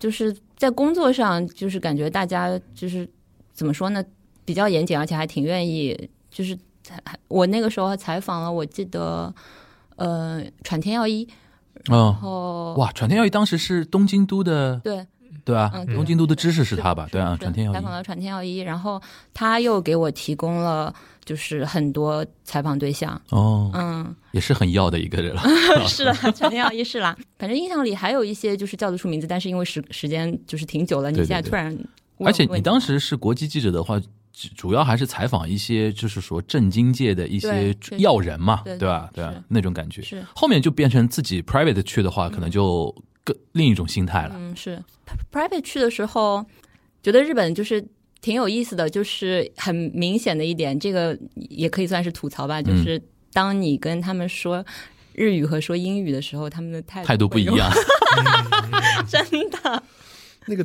就是在工作上，就是感觉大家就是怎么说呢，比较严谨，而且还挺愿意。就是还我那个时候采访了，我记得呃，船田耀一，
哦
然。后
哇，传天耀一当时是东京都的，
对
对吧？
嗯对
东京都的知识是他吧？
是
对啊，
是
传天耀
采访
一。
到传天耀一，然后他又给我提供了就是很多采访对象，
哦，
嗯，
也是很要的一个人了。
是啦，传天耀一是啦，反正印象里还有一些就是叫得出名字，但是因为时时间就是挺久了，你
对对
现在
对
突然问我
而且
问
你当时是国际记者的话，主主要还是采访一些就是说政经界的一些
对确实
要人嘛，
对
对吧？
对
对
是
吧？那种感觉。
是
后面就变成自己 private 去的话，可能就更另一种心态了。
嗯是 private 去的时候，觉得日本就是。挺有意思的，就是很明显的一点，这个也可以算是吐槽吧。
嗯
就是当你跟他们说日语和说英语的时候，嗯他们的态
态度不
会
一
有，
样，
真的。
那个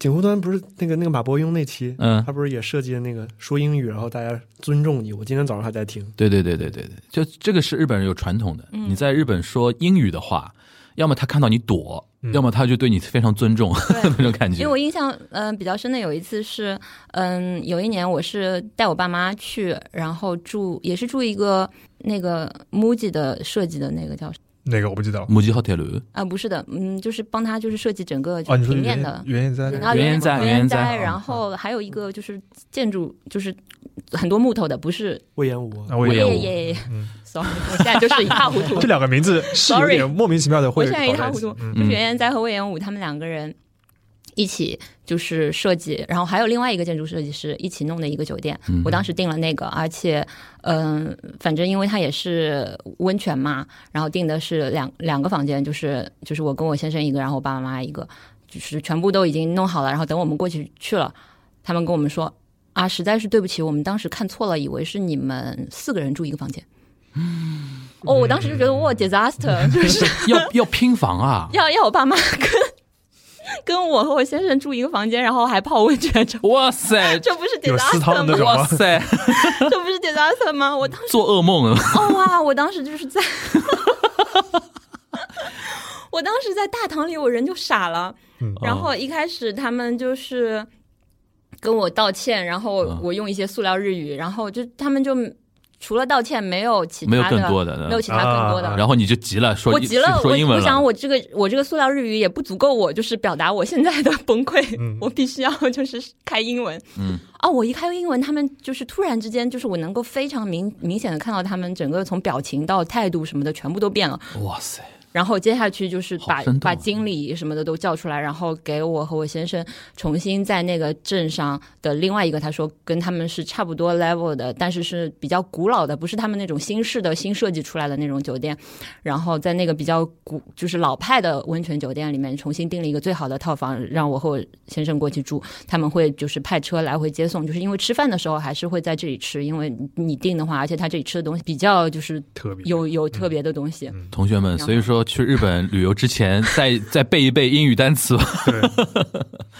景湖端不是那个那个马伯庸那期，
嗯
他不是也设计了那个说英语，然后大家尊重你。我今天早上还在听，
对对对对对对，就这个是日本人有传统的。
嗯
你在日本说英语的话，要么他看到你躲，要么他就对你非常尊重 那种感
因为
觉。
我印象嗯、呃比较深的有一次是，嗯，有一年我是带我爸妈去，然后住也是住一个那个 MUJI 的设计的那个叫
哪个我不记得了。
母鸡好铁驴，
啊不是的，嗯，就是帮他就是设计整个就
啊，你说
平
原
面
因
的。
原因在
然后
原
原
研哉原
原
研哉
哉，
啊
然后还有一个就是建筑，就是很多木头的，不是哎
魏延武
啊，我也
也
耶
我
耶耶，sorry，我现在就是一塌糊涂
这。两个名字是有
Sorry
点莫名其妙的
我
会
现在一塌
搞在
糊
起
涂，
嗯
就是袁研哉和魏延武他们两个人一起就是设计，然后还有另外一个建筑设计师一起弄的一个酒店，
嗯
嗯
我当时订了那个，而且嗯、反正因为它也是温泉嘛，然后订的是两两个房间，就是就是我跟我先生一个，然后我爸爸妈妈一个，就是全部都已经弄好了，然后等我们过去去了，他们跟我们说。啊，实在是对不起，我们当时看错了，以为是你们四个人住一个房间。
嗯
哦，我当时就觉得哇，disaster，就是！
要要拼房啊
要要我爸妈跟跟我和我先生住一个房间，然后还泡温泉，这
哇 塞，
这不是
有私
disaster
汤那种
吗？
哇塞，
这不是 disaster 吗？我当
做噩梦啊了。
哦哇，我当时就是在，我当时在大堂里，我人就傻了。
嗯
然后一开始他们就是跟我道歉，然后
嗯
我用一些塑料日语，然后就他们就除了道歉没有其他
没
的
有更多的嗯
没有其他更多的
啊。
然后你就急了，说
我急了，
说英
我
文
我想
了。
我这个我这个塑料日语也不足够我就是表达我现在的崩溃，
嗯
我必须要就是开英文。
嗯
啊，我一开英文，他们就是突然之间，就是我能够非常明明显的看到他们整个从表情到态度什么的全部都变了。
哇塞，
然后接下去就是
好
把
生动啊
把经理什么的都叫出来，然后给我和我先生重新在那个镇上的另外一个，他说跟他们是差不多 level 的，但是是比较古老的，不是他们那种新式的新设计出来的那种酒店。然后在那个比较古就是老派的温泉酒店里面重新订了一个最好的套房，让我和我先生过去住。他们会就是派车来回接送，就是因为吃饭的时候还是会在这里吃，因为你你订的话，而且他这里吃的东西比较就是
特别
有有特别的东西。
同学们，所以说去日本旅游之前，再再背一背英语单词 吧。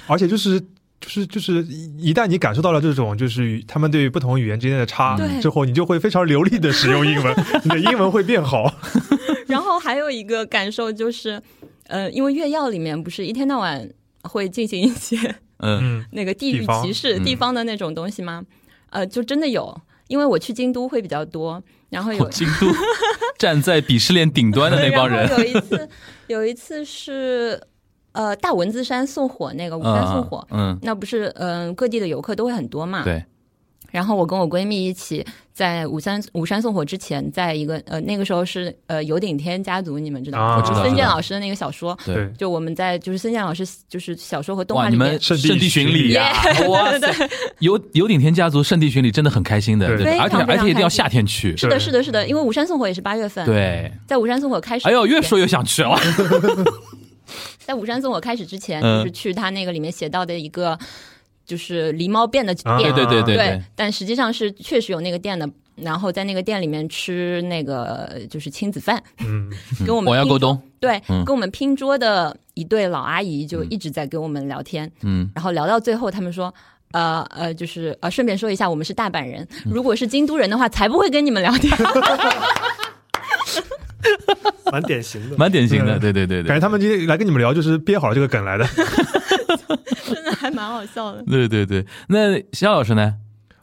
而且就是就是就是一一旦你感受到了这种就是他们对于不同语言之间的差
对
之后，你就会非常流利的使用英 文，你的英文会变好。
然后还有一个感受就是，呃，因为月曜里面不是一天到晚会进行一些
嗯，
嗯，
那个地
地
域
方
歧视、地
嗯
方的那种东西吗？呃，就真的有，因为我去京都会比较多，然后有、
我京都站在鄙视链顶端的那帮人
然，后有一次， 有一次是呃大文字山送火那个武山送火，
嗯，
那不是嗯、呃各地的游客都会很多嘛，
嗯对，
然后我跟我闺蜜一起在武山武山送火之前，在一个呃那个时候是呃有顶天家族，你们知道
啊
吗？就是
我知道
孙健
知道
老师的那个小说，
对
对，
就我们在就是孙健老师就是小说和动
哇，
画
你
里面
们。圣地巡礼呀、哇
对对
塞，有有顶天家族圣地巡礼真的很开心的，
对
对吧
非常
而且
非常
而且一定要
开心
夏天去，
是的，是的，是的，因为武山送火也是八月份。，
对。
在武山送火开始之
哎
前，
呦，越说越想去了。
在武山送火开始之前，
嗯
就是去他那个里面写到的一个就是狸猫变的
啊
店，
对对对
对
对，
但实际上是确实有那个店的。然后在那个店里面吃那个就是亲子饭，
嗯，
跟我 们
我要
拼
沟通。
对，
嗯
跟我们拼桌的一对老阿姨就一直在跟我们聊天，
嗯，
然后聊到最后，他们说。呃呃，就是呃，顺便说一下，我们是大阪人，如果是京都人的话，才不会跟你们聊天。
蛮典型的。
蛮典型的，对对对
感觉
对，
他们今天来跟你们聊就是憋好了这个梗来的。
真的还蛮好笑的。
对对对。那肖老师呢？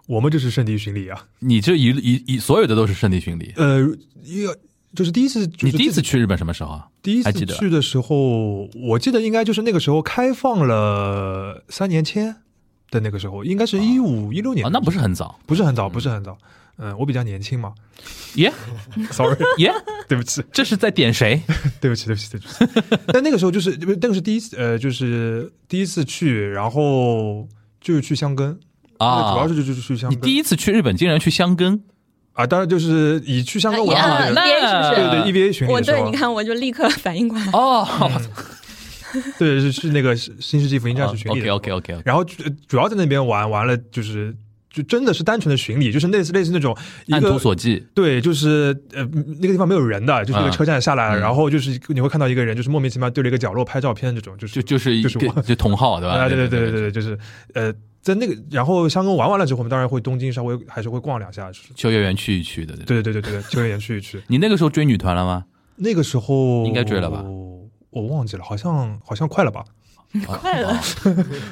我们就是圣地巡礼啊，
你这一一一所有的都是圣地巡礼。
呃，一个就是第一次，就是
你第一
自
次
己
去日本什么时候啊？
第一次
还记得
去的时候，我记得应该就是那个时候开放了三年签的那个时候，应该是一五一六年
啊，那不是很早，
不是很早，不是很早。嗯，我比较年轻嘛
耶
，sorry，
耶，
对不起，
这是在点 谁？
对不起，对不起，对不起。 但那个时候就是，不是那个是第一次，呃，就是第一次去，然后就是去香根
啊，
主要是就是去香
你
根。
第一次去日本竟然去香根，
啊，当然就是以去香根为
啊
傲
也
的，
EVA 是不是
对
对
对，EVA 巡礼
我
的时
对，
候
你，看，我就立刻反应过来。
哦，
嗯对是去那个新世纪福音战士巡礼的时
OK
候。
OK OK，
然后主主要在那边玩，玩了就是就真的是单纯的巡礼，就是类似类似那种一
按
个
图索骥，
对，就是呃那个地方没有人的，就是一个
嗯
车站下来，
嗯
然后就是你会看到一个人就是莫名其妙对着一个角落拍照片这种，就是
就就是一
就是
个
我
就同号对吧？
啊，对
对
对对对对，就是呃，在那个，然后香港玩完了之后，我们当然会东京稍微还是会逛两下，就是
秋叶原去一去的。对，
对对对对对，秋叶原去一去。
你那个时候追女团了吗？
那个时候
应该追了吧
我忘记了，好像好像快了吧
快了
啊，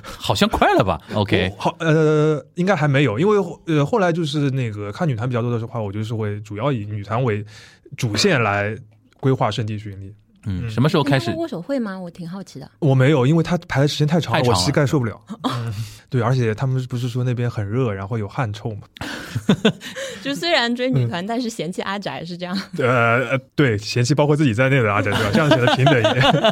好像快 了吧？OK，
我好呃，应该还没有，因为后呃后来就是那个看女团比较多的话，我就是会主要以女团为主线来规划圣地巡礼。
嗯，什么时候开
那
始
他们？握手会吗？我挺好奇的。
我没有，因为他排的时间太长了，
太长了
我膝盖受不了。嗯对，而且他们不是说那边很热，然后有汗臭嘛？
就虽然追女团，但是嫌弃阿宅是这样。
呃，呃对，嫌弃包括自己在内的阿宅对吧？这样显得平等一点。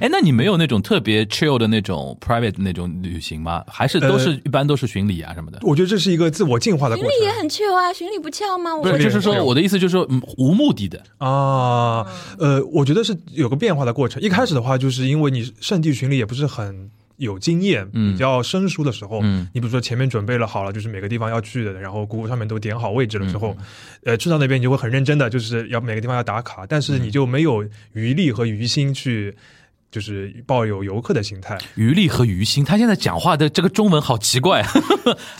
哎，那你没有那种特别 chill 的那种 private 那种旅行吗？还是都是、
呃
一般都是巡礼啊什么的？
我觉得这是一个自我进化的
巡
过
礼也
程
很 chill 啊，巡礼不 chill 吗？我
不是，就是
没
说
有
我的意思就是说、嗯无目的的，
啊。呃，我觉得是有个变化的过程。一开始的话，就是因为你圣地巡礼也不是很。有经验、
嗯
比较生疏的时候，
嗯
你比如说前面准备了好了，就是每个地方要去的，然后谷歌上面都点好位置了之后，呃，去到那边你就会很认真的，就是要每个地方要打卡，但是你就没有余力和余心去，就是抱有游客的心态。
余力和余心。他现在讲话的这个中文好奇怪，啊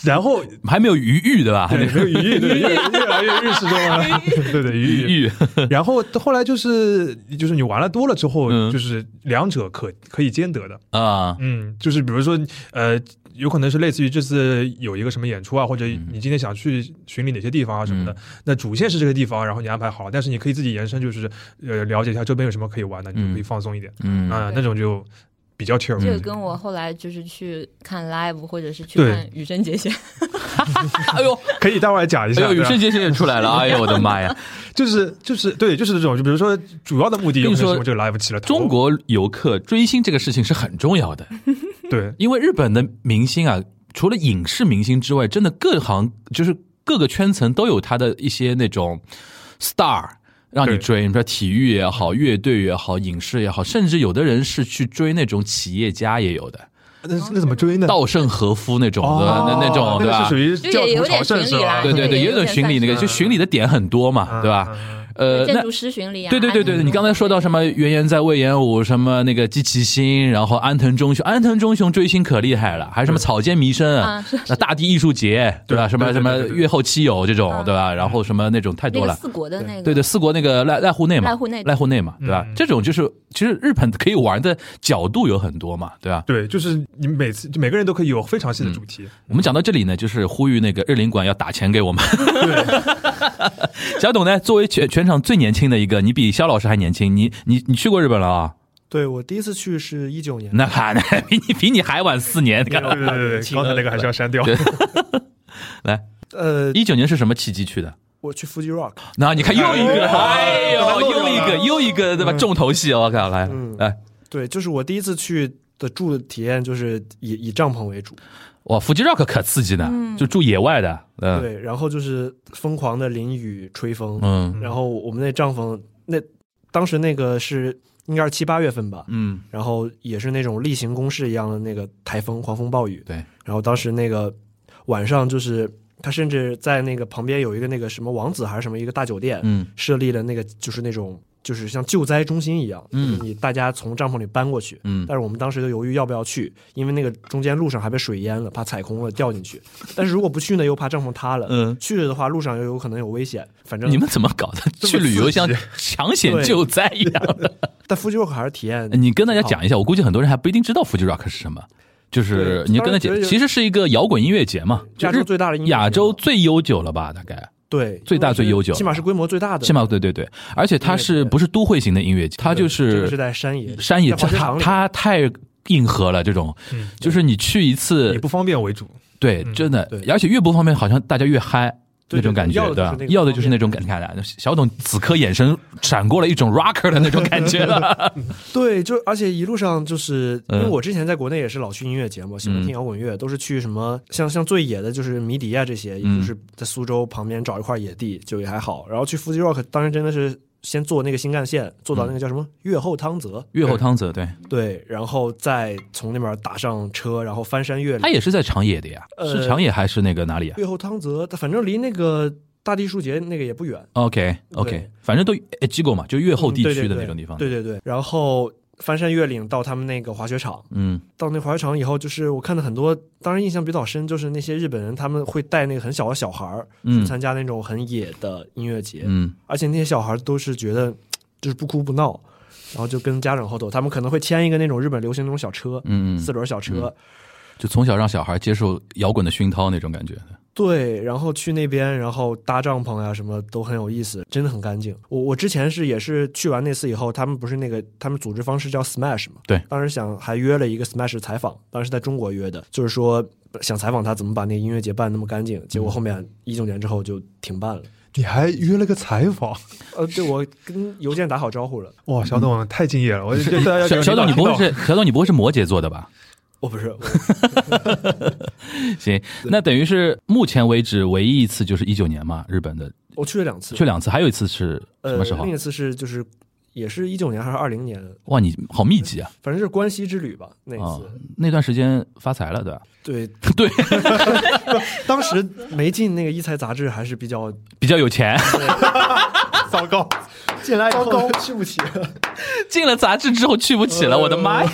然后
还没有余欲对吧？还没
对，
有
没有余裕，对，越越来越日式中了，啊对对，余裕。
余欲，
然后后来就是就是你玩了多了之后，
嗯
就是两者可可以兼得的，
啊。
嗯，就是比如说呃。有可能是类似于这次有一个什么演出啊，或者
嗯
你今天想去巡礼哪些地方啊什么的，那主线是这个地方，然后你安排好了，但是你可以自己延伸，就是呃了解一下周边有什么可以玩的，你就可以放松一点
嗯
啊、那种就比较 chill。
这个跟我后来就是去看 live 或者是去
对
看羽生结弦，
哎呦，
可以待会儿讲一
哎
下，
呦，
对
羽
吧
生结弦也出来了，哎呦我的妈呀！
就是就是对，就是这种，就比如说主要的目的有可能是
跟你说
我这个 live 起了头
中国游客追星这个事情是很重要的，
对
因为日本的明星啊，除了影视明星之外，真的各行就是各个圈层都有他的一些那种 star 让你
对
追，你说体育也好，乐队也好，影视也好，甚至有的人是去追那种企业家也有的，
那那怎么追呢？
稻盛和夫那种的、
哦
啊那那种对
个
吧
是属？于
就
教
也有
徒
点
朝圣
群
是
里
吧？
啦
对对对，
也
也
有
有点
点
巡礼那个，
算
就是巡礼的点很多嘛，
嗯
对吧？？
嗯
呃，
建
那
筑师巡礼啊。
对对对对，
安
对
藤
你刚才说到什么原研在魏延武，什么那个姬其星，然后安藤忠雄，安藤忠雄追星可厉害了，还有什么草间弥生
啊是
那大地艺术节，对吧？
对
什么
对对
什么
对对对
月后妻有这种，对吧？然后什么那种太
嗯那
多
个
了。
四国的那个，
对对，四国那个濑濑户内嘛，
濑户内
濑户内嘛，对
嗯
吧？这种就是其实日本可以玩的角度有很多嘛，对吧？
对，就是你每次就每个人都可以有非常细的主题，
我们讲到这里呢，就是呼吁那个日领馆要打钱给我们。 小董呢，作为全全场最年轻的一个，你比肖老师还年轻，你你你去过日本了啊？
对我第一次去是一九年，
那还那比你比你还晚四年，你看
对对对
嗯
对，刚才那个还是要删掉。
来，
呃，
一九年是什么契机去的？
我去 Fuji Rock，
那你看又一个，哎呦，嗯又一个又一个对吧？重头戏，我靠，来
嗯
来，
对，就是我第一次去的住的体验就是以以帐篷为主，
哇，腹肌 rock 可刺激呢，就住野外的，嗯
对，然后就是疯狂的淋雨吹风，
嗯
然后我们那帐篷那当时那个是应该是七八月份吧，
嗯，
然后也是那种例行公事一样的那个台风、狂风暴雨。
对，
然后当时那个晚上就是他甚至在那个旁边有一个那个什么王子还是什么一个大酒店，
嗯，
设立了那个就是那种就是像救灾中心一样，
嗯
就是你大家从帐篷里搬过去，
嗯
但是我们当时就犹豫要不要去，因为那个中间路上还被水淹了，怕踩空了掉 进去，但是如果不去呢，又怕帐篷塌了，
嗯
去了的话路上又有可能有危险，反正
你们怎么搞的？去旅游像抢险救灾一样的。
但 Fuji Rock 还是体验，
哎你跟大家讲一下，我估计很多人还不一定知道 Fuji Rock 是什么。就是
嗯对
你跟他
当
讲，
然觉得
其实是一个摇滚音乐节嘛，就
亚
是
洲最大的音乐节嘛
亚洲最悠久了吧，大概
对
最大最悠久
起码是规模最大的，
起码对对对，而且它是不是都会型的音乐节？它就
这个是
是
在山野
山野，它
在滑雪场
它
里
它太硬核了，这种
嗯，
就是你去一
以
次，
不方便为主，
对，真的
嗯对，
而且越不方便，好像大家越嗨。
对
那种感觉，对
对对
吧？
要
要的
的
就
就
是是
那
那种感觉了。小董此刻眼神闪过了一种 rocker 的那种感觉了。
对，就而且一路上就是因为
嗯
我之前在国内也是老去音乐节嘛，喜欢听摇滚乐，都是去什么像像最野的就是迷笛啊这些，也
嗯
就是在苏州旁边找一块野地就也还好。然后去 Fuji Rock，当时真的是先坐那个新干线，坐
嗯
到那个叫什么越后汤泽，
越后汤泽，对，
对，然后再从那边打上车，然后翻山越岭
它。也是在长野的呀，
呃
是长野还是那个哪里啊
越后汤泽，它反正离那个大地艺术节那个也不远，
？OK OK，
对
反正都哎机构嘛，就越后地区的
嗯对对对
那种地方。
对对对，然后翻山越岭到他们那个滑雪场，
嗯
到那滑雪场以后，就是我看到很多，当然印象比较深，就是那些日本人他们会带那个很小的小孩儿去
嗯
参加那种很野的音乐节，
嗯
而且那些小孩儿都是觉得就是不哭不闹，然后就跟家长后头，他们可能会牵一个那种日本流行那种小车，
嗯嗯，
四轮小车，
就从小让小孩接受摇滚的熏陶那种感觉。
对，然后去那边，然后搭帐篷呀、什么都很有意思，真的很干净。我我之前是也是去完那次以后，他们不是那个他们组织方式叫 Smash 嘛？
对
当时想还约了一个 Smash 的采访，当时在中国约的，就是说想采访他怎么把那个音乐节办那么干净，
嗯
结果后面一九年之后就停办了。
你还约了个采访，
呃，对我跟邮件打好招呼了，
哇，小董太敬业了，我就觉得
小小董，你不会是小董，你不会是摩羯座的 吧？
我不是我
行，那等于是目前为止唯一一次就是一九年嘛，日本的
我去了两 次，
去两次，还有一次是什么时
呃
候
另？一次是就是也是一九年还是二零年，
哇，你好密集啊！
反正是关西之旅吧那一
啊
次。，
那段时间发财了，对吧？
对
对，
当时没进那个一财杂志还是比较
比较有 钱，
糟糕，
进来 以后去不起了。
进了杂志之后去不起了，我的妈呀！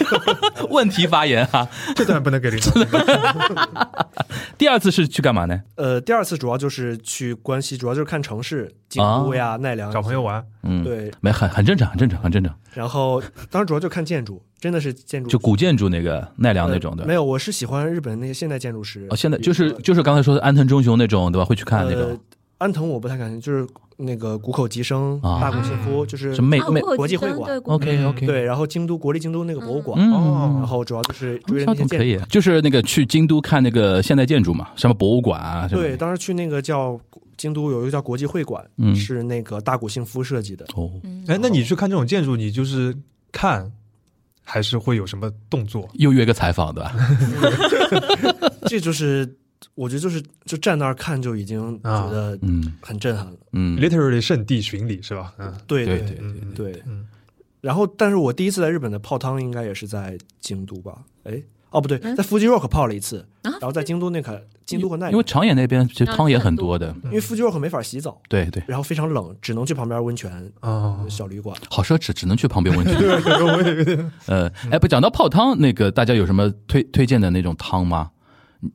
呃
问题发言啊！
这段不能给领 导。
第二次是去干嘛呢？
呃，第二次主要就是去关西，主要就是看城市，京都呀、奈良
找朋友玩，
啊嗯，，
对，
没很很正常，很正常，很正常，
然后当然主要就看建筑，真的是建筑
就古建筑那个奈良那种
呃
的。
没有，我是喜欢日本那些现代建筑师。
哦，现在就是就是刚才说的安藤忠雄那种，对吧？会去看那
呃
种，
安藤我不太感兴趣，就是那个谷口吉生、
啊
大谷幸夫，就是
什么美
啊
美
我有
国际
记得
会馆
对国际
OK OK，
呃嗯对，然后京都国立京都那个博物馆，
嗯
哦。
然后主要就是追着
小
那些
董
建
可
筑。
以，啊就是那个去京都看那个现代建筑嘛，什么博物馆啊，什么
对，，当时去那个叫京都有一个叫国际会馆，
嗯
是那个大谷幸夫设计的。
哦，
哎，那你去看这种建筑，你就是看，还是会有什么动作？
又约个采访 对吧？
这就是我觉得就是就站那儿看就已经觉得
嗯
很震撼了。
嗯
literally 圣地巡礼是吧？嗯，
对
对
对
对
嗯，
对
嗯，
然后，但是我第一次在日本的泡汤应该也是在京都吧？哎，哦不对，在 Fuji Rock 泡了一次，
嗯啊
然后在京都那个京都和奈
因
良
为，长野那边其实汤也很多的，
因为 Fuji Rock 没法洗澡，
对对，
然后非常冷，只能去旁边温泉
哦，
小旅馆。
好奢侈，只能去旁边温 泉。呃，哎，不讲到泡汤，那个大家有什么推推荐的那种汤吗？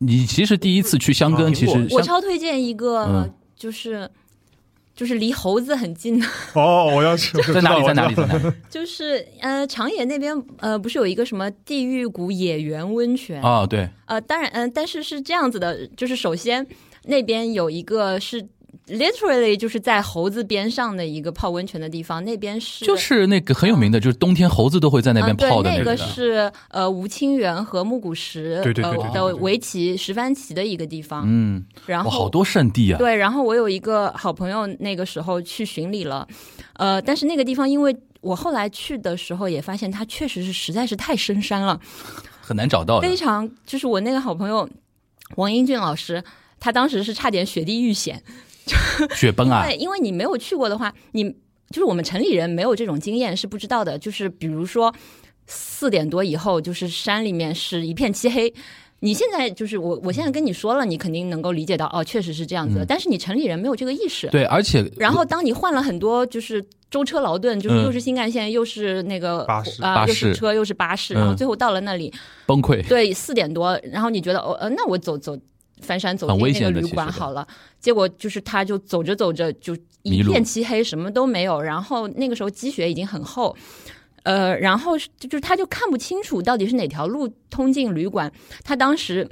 你你其实第一次去香根，
啊
其实
我
香
超推荐一个
嗯，
就是、就是离猴子很近的，
哦，我要去，
在哪里？在哪里？在哪 里？
就是呃长野那边呃不是有一个什么地狱谷野原温泉
啊，对，
呃，当然，嗯、但是是这样子的，就是首先那边有一个是 literally 就是在猴子边上的一个泡温泉的地方，那边是
就是那个很有名的，就是冬天猴子都会在那边
嗯对
泡的
那
个
个。是呃吴清源和木谷实
对对对对
呃
对
的
对
围棋石帆棋的一个地方，
嗯，
然
哇，
后
好多圣地啊！
对，然后我有一个好朋友，那个时候去巡礼了，呃，但是那个地方，因为我后来去的时候也发现，它确实是实在是太深山了，
很难找到的
非。常就是我那个好朋友王英俊老师，他当时是差点雪地遇险，
雪崩啊，
对，因为你没有去过的话，你就是我们城里人没有这种经验是不知道的。就是比如说四点多以后，就是山里面是一片漆黑。你现在就是我，我现在跟你说了，你肯定能够理解到，哦，确实是这样子的。但是你城里人没有这个意识。
对，而且
然后当你换了很多就是舟车劳顿，就是又是新干线，又是那个
巴士
啊、
嗯巴
又
士
是车，又是巴士，
嗯
然后最后到了那里，
崩溃，
对，四点多，然后你觉得哦，呃，那我走走翻山走
很危
进那
险
个
的
旅
其实
馆
的
好了，结果就是他就走着走着就
迷
一
路
片漆黑，什么都没有，然后那个时候积雪已经很厚。呃，然后是就是他就看不清楚到底是哪条路通进旅馆。他当时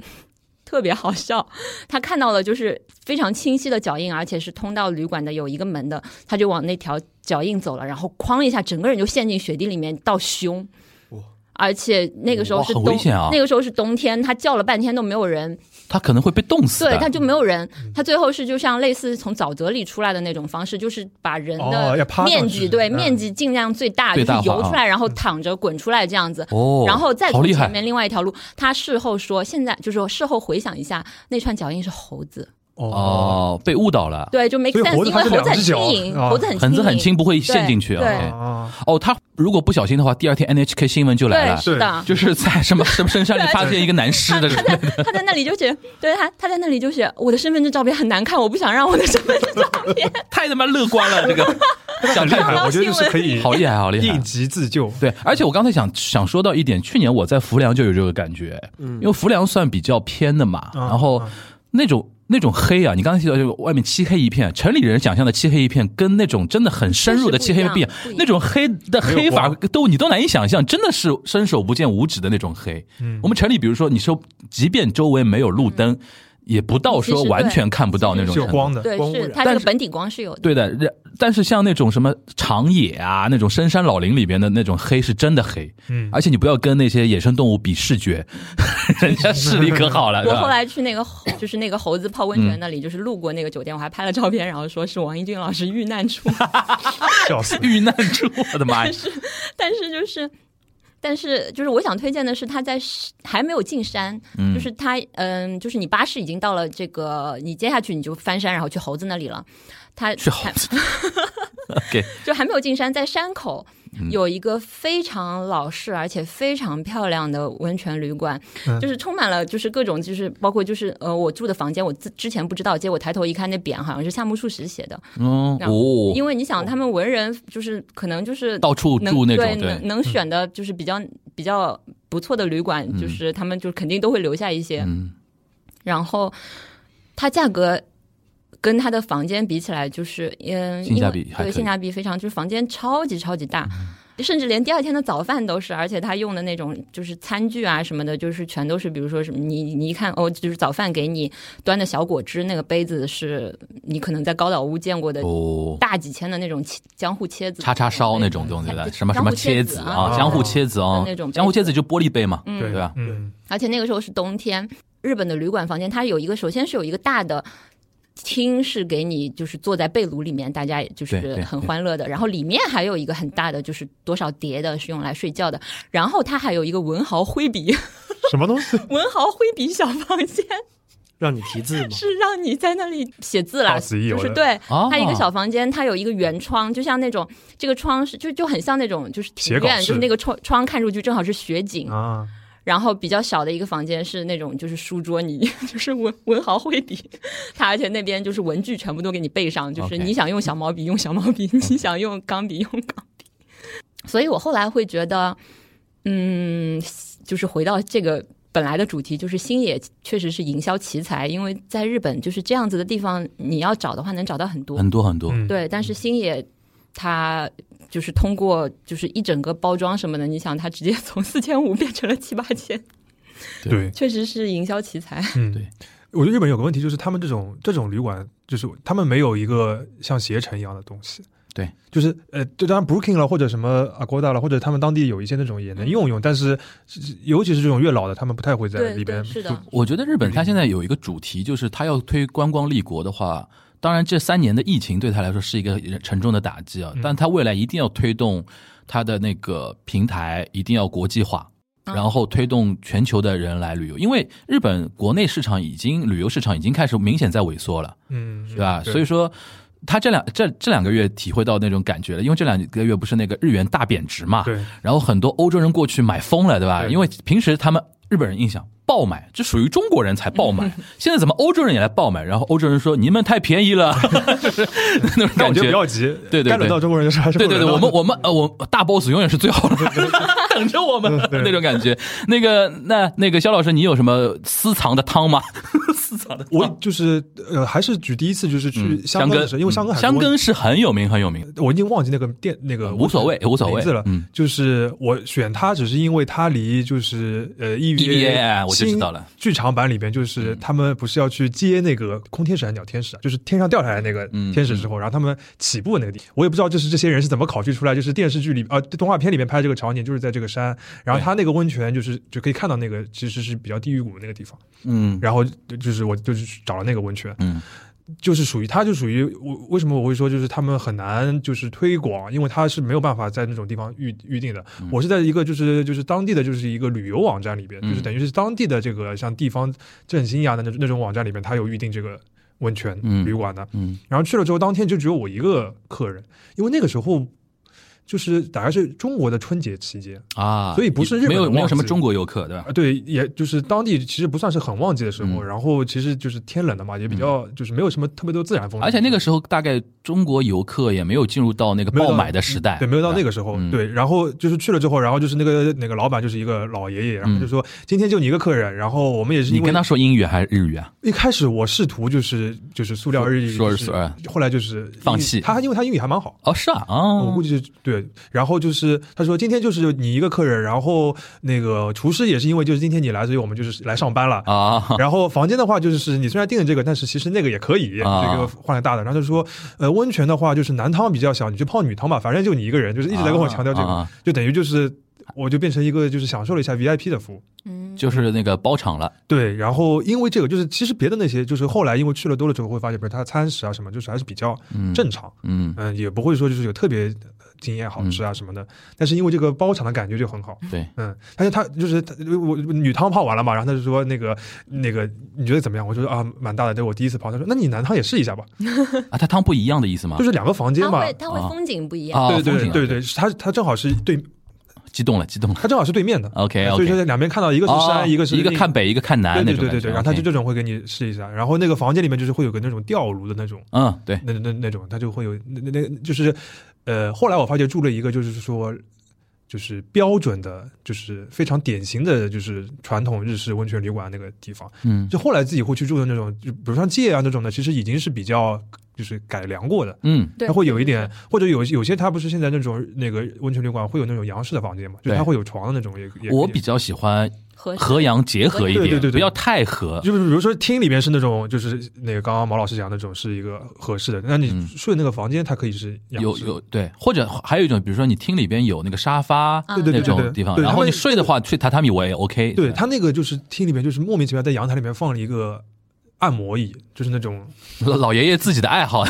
特别好笑，他看到了就是非常清晰的脚印，而且是通到旅馆的有一个门的，他就往那条脚印走了，然后哐一下，整个人就陷进雪地里面到胸
哇。
而且那个时候
哇
是
很
冬，
危险啊
那个时候是冬天，他叫了半天都没有人，
他可能会被冻死的。嗯
对，他就没有人，他最后是就像类似从沼泽里出来的那种方式，就是把人
哦要
的
趴上去
面积，对
嗯
面积尽量最大，
最
就是
大化
游出来，然后躺着滚出来这样子。
哦，
然后再
好
从
厉害
前面另外一条路，他事后说，现在就是说事后回想一下，那串脚印是猴子，
哦，被误导了。
对，就 make
所以
sense，
猴子
因
它
为
是
猴子
两
很
只
轻
脚
盈，
啊
猴子
很
很轻
子很
盈，
轻，不会陷进去啊。
对对
OK
啊，
哦，他如果不小心的话，第二天 NHK 新闻就来
对，
了，
是啊的。
就是在什么什么深山里发现一个男尸的，
他在那里就写，对他，他在那里就写我的身份证照片很难看，我不想让我的身份证 照片。
太他妈乐观了，这 个想
很厉
太
哎害，我觉得就是可以
好厉害，好啊厉害
应。急自救。
对，而且我刚才想想说到一点，去年我在浮梁就有这个感觉，因为浮梁算比较偏的嘛，
嗯
然后
嗯
那种那种黑啊，你刚才提到就是外面漆黑一片，城里人想象的漆黑一片，跟那种真的很深入的漆黑
确实不一样不一样
那种黑的黑法都你都难以想象，真的是伸手不见五指的那种黑。
嗯
我们城里，比如说你说，即便周围没有路灯，
嗯
也不到说完全看不到那种
是有
程度
光的，
对
光，污
是
染。
他这
但
个
是
本体光是有的。
对的，然但是像那种什么长野啊，那种深山老林里边的那种黑是真的黑，
嗯
而且你不要跟那些野生动物比视觉， 人家视力可好了，是
我后
吧？！
来去那个 猴就是那个猴子泡温泉那里，就是路过那个酒店，我还拍了照片，然后说是王一俊老师遇难处。
笑死
遇难处，我的妈呀！
但 是就是，但是就是我想推荐的是，他在是还没有进山，就是他嗯，就是你巴士已经到了这个，你接下去你就翻山，然后去猴子那里了。他
去猴子，OK， 嗯
就还没有进山，在山口有一个非常老式而且非常漂亮的温泉旅馆，
嗯
就是充满了就是各种就是包括就是呃我住的房间，我之之前不知道，结果抬头一看那匾好像是夏目漱石写的，
嗯，
然后
哦，
因为你想他们文人就是可能就是
到处
能
住那种，对嗯
能，能选的就是比较比较不错的旅馆，就是他们就肯定都会留下一些，
嗯，
然后它价格跟它的房间比起来，就是嗯，
性价比
因为
还可以嗯
对性价比非常，就是房间超级超级大，甚至连第二天的早饭都是，而且他用的那种就是餐具啊什么的，就是全都是，比如说什么你你一看哦，就是早饭给你端的小果汁那个杯子是你可能在高岛屋见过的
哦，
大几千的那种切江户切子，
叉叉烧那种
对
东西的，
对
什么什么切子
江户切
啊，
子啊
江户切子啊
那种，杯
江户切子就玻璃杯嘛，
嗯
对
对吧
嗯，
而且那个时候是冬天，日本的旅馆房间它有一个，首先是有一个大的厅是给你就是坐在被炉里面，大家也就
对
是
对
很欢乐的。然后里面还有一个很大的，就是多少叠的是用来睡觉的。然后它还有一个文豪挥笔，
什么东西？
文豪挥笔小房间
让你题字嘛，
是让你在那里写字啦，
到此一游
就
了
是对。
哦
它一个小房间，它有一个圆窗，就像那种这个窗是就就很像那种就是庭
斜杠
院，
式
就是那个窗窗看出去正好是雪景，
啊，
然后比较小的一个房间是那种就是书桌，你 就是文文豪挥 笔，他而且那边就是文具全部都给你备上，就是
OK
你想用小毛笔用小毛笔，你想用钢笔用钢笔。所以我后来会觉得，嗯，就是回到这个本来的主题，就是星野确实是营销奇才，因为在日本就是这样子的地方，你要找的话能找到很多。
很多很多，
嗯，
对，但是星野他就是通过就是一整个包装什么的，你想他直接从四千五变成了七八千，
对，
确实是营销奇才。
嗯，
对。
我觉得日本有个问题，就是他们这种这种旅馆，就是他们没有一个像携程一样的东西。
对，
就是呃，就当然 Booking 了，或者什么 Agoda 了，或者他们当地有一些那种也能用用，但是尤其是这种越老的，他们不太会在
嗯对
里边
对，是的，
我觉得日本它现在有一个主题，就是它要推观光立国的话，当然这三年的疫情对它来说是一个沉重的打击啊，但它未来一定要推动它的那个平台一定要国际化。
嗯
然后推动全球的人来旅游，因为日本国内市场已经旅游市场已经开始明显在萎缩了，
嗯，
对吧？所以说，他这两这这两个月体会到那种感觉了，因为这两个月不是那个日元大贬值嘛，
对，
然后很多欧洲人过去买疯了，对吧？
对
因为平时他们日本人印象爆买，这属于中国人才爆 买，现在怎么欧洲人也来爆买？然后欧洲人说你们太便宜了，就是 那种
但
感
我觉得
觉
不。要急，
对对对
该轮到中国人的时候还 是
对对对，
会
我
轮到
们我们呃，我大 boss 永远是最后 的，等着我们
对
那种感觉。那个那那个肖老师，你有什么私藏的汤吗？ 私藏的汤
我就是呃，还是举第一次就是
嗯
去香根的时候，因为香根
嗯
还
香根是很有名很有名，
我已经忘记那个店那个
嗯无所谓无所谓
名字了。
嗯
就是我选它，只是因为它离就是呃
EVA
EVA
哎我就知道了。嗯
剧场版里边就是他们不是要去接那个空天使还是鸟天使啊？就是天上掉下来那个
嗯
天使之后，然后他们起步那个地，我也不知道就是这些人是怎么考据出来，就是电视剧里啊、动画片里面拍这个场景就是在这个山，然后他那个温泉就是就可以看到那个其实是比较地狱谷那个地方，
嗯
然后就就是我就是去找了那个温泉，
嗯
就是属于它，就属于我为什么我会说，就是他们很难就是推广，因为它是没有办法在那种地方预预定的。我是在一个就是就是当地的就是一个旅游网站里边，
嗯嗯
就是等于是当地的这个像地方振兴呀的那种那种网站里边，它有预定这个温泉
嗯
旅馆的。
嗯
然后去了之后，当天就只有我一个客人，因为那个时候就是大概是中国的春节期间
啊，
所以不是日本
没有
的
没有什么
旺季
中国游客对吧
啊，？对，也就是当地其实不算是很旺季的时候，
嗯
然后其实就是天冷了嘛，也比较就是没有什么特别多自然风景，
而且那个时候大概中国游客也没有进入到那个
没有
呃爆
到
买的时代，
对，没有到那
个
个时候
嗯，
对。然后就是去了之后，然后就是那个那个老板就是一个老爷爷，然后就说今天就你一个客人，然后我们也是
嗯你
因为
跟他说英语还是日语啊？
一开始我试图就是就是塑料日语，
说
就
说哎
后来就是
放弃
他因为他英语还蛮好。
哦，是啊，哦
我估计是对，然后就是他说今天就是你一个客人，然后那个厨师也是因为就是今天你来，所以我们就是来上班了。
啊，
然后房间的话，就是你虽然订了这个，但是其实那个也可以，
啊
这个换了大的。然后他说，呃，温泉的话就是男汤比较小，你去泡女汤吧，反正就你一个人，就是一直在跟我强调这个，
啊啊
就等于就是我就变成一个就是享受了一下 VIP 的服务。
嗯，
就是那个包场了，
对，然后因为这个，就是其实别的那些，就是后来因为去了多了之后，会发现，比如他餐食啊什么，就是还是比较
嗯，
正常，
嗯，
嗯，也不会说就是有特别呃惊艳好吃啊什么的。但是因为这个包场的感觉就很好，
对，
嗯，但是他就是他我女汤泡完了嘛，然后他就说那个那个你觉得怎么样？我就说啊蛮大的，这我第一次泡。他说那你男汤也试一下吧，
啊，它汤不一样的意思吗？
就是两个房间
它
嘛。
会它会
啊
风景不一样，
啊，
对对
风景
对
啊
对，对，他他正好是对，
激动了，激动了。
他正好是对面的
哦 OK，哦啊
所以说两边看到一个是山，一个是
一个
另
看北，一个看南那
对对
种
对
感觉。
对对，然后他就
OK
这种会给你试一下，然后那个房间里面就是会有个那种吊炉的那种，
嗯，对，
那那那种，他就会有那那那就是，呃，后来我发觉住了一个就是说，就是标准的，就是非常典型的，就是传统日式温泉旅馆那个地方。
嗯
就后来自己会去住的那种，就比如像界啊那种的，其实已经是比较就是改良过的。
嗯
对
它会有一点，或者有有些它不是现在那种那个温泉旅馆会有那种洋式的房间嘛，就
对
它会有床的那种也也。
我
也
比较喜欢
和
和洋结合一点，
对对对对
不要太和。
就是比如说厅里边是那种，就是那个刚刚毛老师讲那种是一个合适的，那
嗯
你睡那个房间它可以是洋
有
式的
有对，或者还有一种，比如说你厅里边有那个沙发
对对
那
对
种
啊对
地方，
对
然后
他们
你睡的话睡榻榻米我也 OK。
对他那个就是厅里面就是莫名其妙在阳台里面放了一个按摩椅，就是那种
老老爷爷自己的爱好，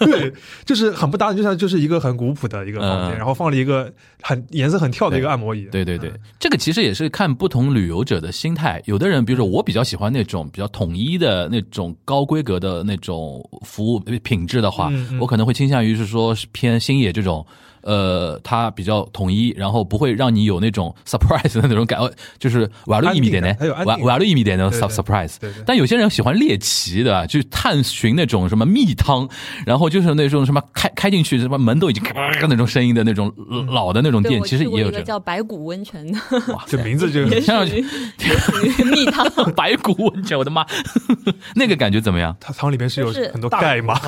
对，就是很不搭，就像就是一个很古朴的一个房间，
嗯
然后放了一个很颜色很跳的一个嗯按摩椅。
对对对，这个其实也是看不同旅游者的心态。有的人，比如说我比较喜欢那种比较统一的那种高规格的那种服务品质的话，
嗯嗯
我可能会倾向于是说是偏星野这种。呃，它比较统一，然后不会让你有那种 surprise 的那种感， 呃就是玩了一米点呢
安定感还有，安定
玩
感
玩了一米点的
对
sur
对
surprise。
对对
但有些人喜欢猎奇，对吧？去探寻那种什么秘汤，然后就是那种什么开开进去，什么门都已经咔咔那种声音的那种
嗯
老的那种
对
店，
我
其实
去过
也有
一
这
个
种。
叫白骨温泉的，
哇
这名字就
也属
像
于也属于蜜汤，
白骨温泉，我的妈， 那个感觉怎么样？
它汤里面是有
就是
很多 钙嘛，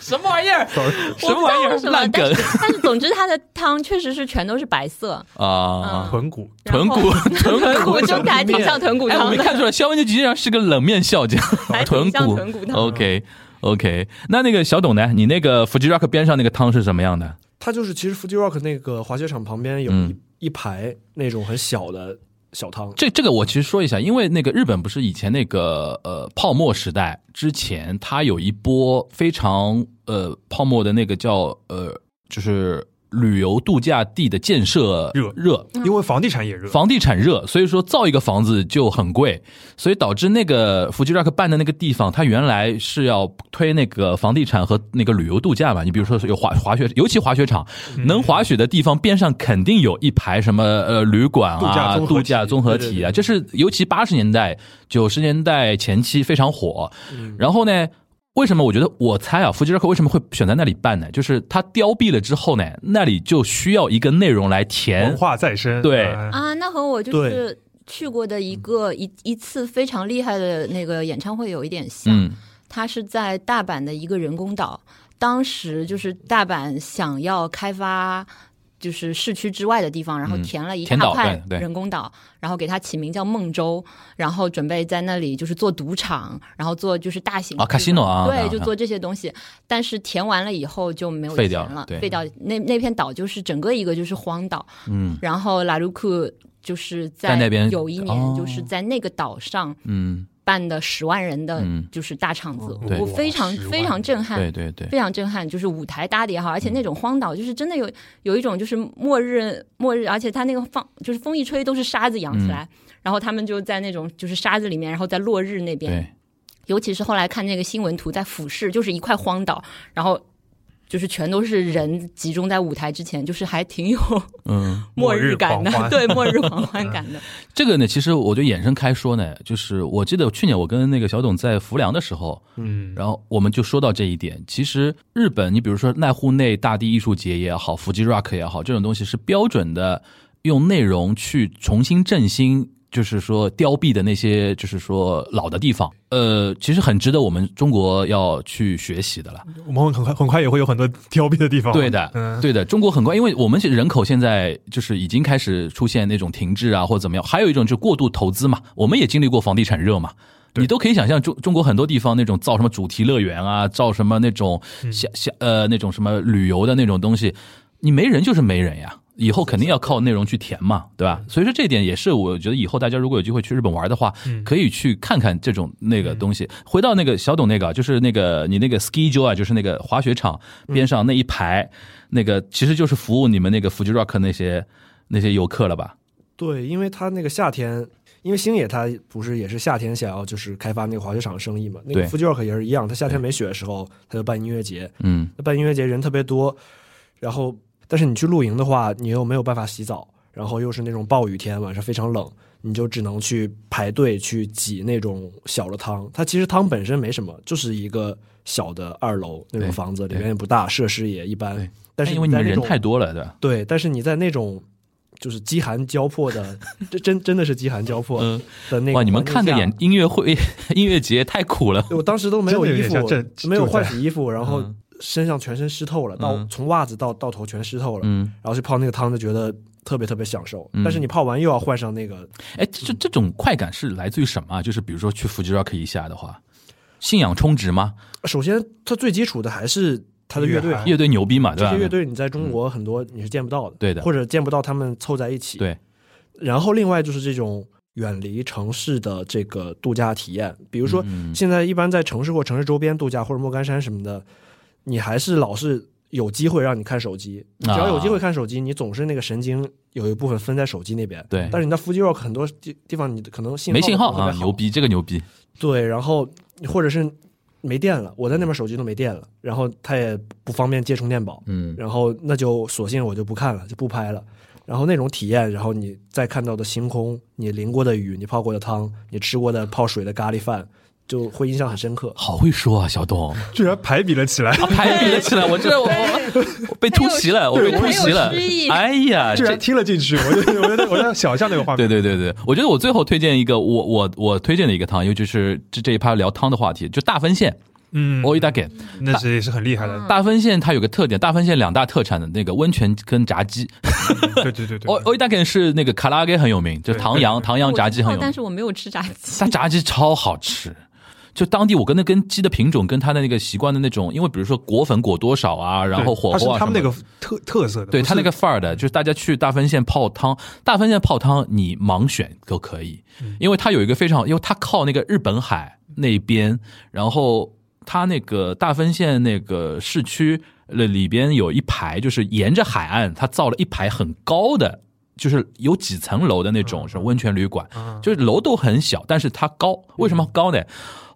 什么玩意儿？ 什
我
么
不知
玩
道
意儿
为？什么
烂，
但
梗
是 但是总之它的汤确实是全都是白色，嗯
啊！
豚骨。
然
豚
后
骨， 哎豚
豚骨就还挺像豚骨
哎，我
汤
没
的，
看出来，肖恩就实际上是个冷面笑匠，
还挺
豚
像
骨
豚骨汤。
OK OK，那那个小董呢？你那个 Fuji Rock 边上那个汤是什么样的？
它就是其实 Fuji Rock 那个滑雪场旁边有一、
嗯
一排那种很小的小汤，
这这个我其实说一下，因为那个日本不是以前那个呃泡沫时代之前，它有一波非常呃泡沫的那个叫呃就是旅游度假地的建设
热
热
因为房地产也热，
房地产热，所以说造一个房子就很贵，所以导致那个福吉 rock 办的那个地方，它原来是要推那个房地产和那个旅游度假嘛。你比如说是有滑滑雪，尤其滑雪场，
嗯
能滑雪的地方边上肯定有一排什么呃旅馆
度假
啊、
综合体
度假综合
对
体
对
啊，这是尤其八十年代、九十年代前期非常火。
嗯
然后呢？为什么我觉得我猜啊，福吉 rock 为什么会选在那里办呢？就是它凋敝了之后呢，那里就需要一个内容来填
文化再生。
哎对
嗯
啊，那和我就是去过的一个一一次非常厉害的那个演唱会有一点像，
嗯。
它是在大阪的一个人工岛，当时就是大阪想要开发。就是市区之外的地方，然后
嗯
填了一
填
大
岛
块
对对
人工岛，然后给它起名叫梦州，然后准备在那里就是做赌场，然后做就是大型
啊
的地方
casino 啊啊啊
对，就做这些东西。但是填完了以后就没有
废
钱
掉了
了
对，
废掉那那片岛就是整个一个就是荒岛，
嗯
然后拉鲁库就是
在那边
有一
哦
年就是在那个岛上
嗯
办的十万人的
嗯
就是大场子，
嗯对
我非常
10万
非常震撼，
对嗯对对，
非常震撼，就是舞台搭的也好，而且那种荒岛就是真的有有一种就是末日末日，而且它那个放就是风一吹都是沙子
嗯
扬起来，然后他们就在那种就是沙子里面，然后在落日那边，
对
尤其是后来看那个新闻图，在俯视就是一块荒岛，然后就是全都是人集中在舞台之前，就是还 挺有
嗯，
末日感
末
的
日狂，欢
对末日狂欢感的，
这个呢，其实我就衍生开说呢，就是我记得去年我跟那个小董在浮梁的时候，
嗯，
然后我们就说到这一点。其实日本，你比如说濑户内大地艺术节也好，伏击 rock 也好，这种东西是标准的用内容去重新振兴，就是说凋敝的那些，就是说老的地方。呃，其实很值得我们中国要去学习的了。
我们很快很快也会有很多挑剔的地方。
对的，
嗯，
对的，中国很快，因为我们人口现在就是已经开始出现那种停滞啊，或者怎么样。还有一种就是过度投资嘛，我们也经历过房地产热嘛。
对
你都可以想象中中国很多地方那种造什么主题乐园啊，造什么那种
嗯
像像呃那种什么旅游的那种东西，你没人就是没人呀，以后肯定要靠内容去填嘛，对吧？
嗯
所以说这点也是我觉得以后大家如果有机会去日本玩的话，
嗯
可以去看看这种那个东西。回到那个小董那个啊，就是那个你那个 ski joy 啊，就是那个滑雪场
嗯
边上那一排，那个其实就是服务你们那个 Fuji Rock 那些那些游客了吧？
对，因为他那个夏天，因为星野他不是也是夏天想要就是开发那个滑雪场的生意嘛，那个
对
Fuji Rock 也是一样，他夏天没雪的时候他就办音乐节，
嗯，
那办音乐节人特别多，然后但是你去露营的话，你又没有办法洗澡，然后又是那种暴雨天，晚上非常冷，你就只能去排队去挤那种小的汤。它其实汤本身没什么，就是一个小的二楼那种
对
房子，里
对
面也不大，设施也一般
对。
但是
因为你
在
们
那
人
种
太多了，对吧？
对，但是你在那种就是饥寒交迫的， 这真真的是饥寒交迫
嗯
的那个、
哇，你们看个演。音乐会、 音乐节太苦了。
对我当时都没有
真的
衣
有点
服
像正，
没有
住
换
宅
洗衣服，然后
嗯
身上全身湿透了，到
嗯
从袜子到到头全湿透了。
嗯，
然后去泡那个汤就觉得特别特别享受。
嗯
但是你泡完又要换上那个，
哎，这这种快感是来自于什么啊？就是比如说去 Fuji Rock 一下的话，信仰充值吗？
首先它最基础的还是它的乐队
乐，队
乐队牛逼嘛，对
这
吧？
些乐队你在中国很多你是见不到的，
嗯对的
或者见不到他们凑在一起。
对。
然后另外就是这种远离城市的这个度假体验，比如说
嗯嗯
现在一般在城市或城市周边度假或者莫干山什么的，你还是老是。有机会让你看手机，你
啊
只要有机会看手机，你总是那个神经有一部分分在手机那边。
对
但是你在 Fuji Rock 很多地地方，你可能信
没信号
不是特
啊，
别好
牛逼，这个牛逼。
对，然后或者是没电了，我在那边手机都没电了，然后他也不方便借充电宝，
嗯，
然后那就索性我就不看了，就不拍了。然后那种体验，然后你再看到的星空，你淋过的雨，你泡过的汤，你吃过的泡水的咖喱饭，就会印象很深刻。
好会说啊，小董，
居然排比了起来，
啊排比了起来， 我这我我我被突袭了，我被突袭了
很有诗意，
哎呀，
居
这
啊
然听了进去，我就我在我在想象那个画面。
对对对对，我觉得我最后推荐一个，我我我推荐的一个汤，尤其是这这一趴聊汤的话题，就大分县
嗯，
o i d a g e
那是也是很厉害的。
大分县它有个特点，大分县两大特产的那个温泉跟炸鸡。
对对对对
o，o i d a g e 是那个卡拉 OK 很有名，就
对
唐扬唐扬炸鸡很
哦
有
我
名
知道但，是我没有吃炸鸡，
它炸鸡超好吃。就当地我跟那跟鸡的品种跟它的那个习惯的那种，因为比如说裹粉裹多少啊，然后火
它是
候啊
他
什
们
么
那
的
个特特色的，
对
不
他
是
那个范儿的，就是大家去大分县泡汤，大分县泡汤你盲选都可以，
嗯
因为它有一个非常，因为它靠那个日本海那边，然后它那个大分县那个市区呃里边有一排，就是沿着海岸，它造了一排很高的。就是有几层楼的那
嗯
种什么温泉旅馆，
啊
就是楼都很小，但是它高，为什
嗯
么高呢？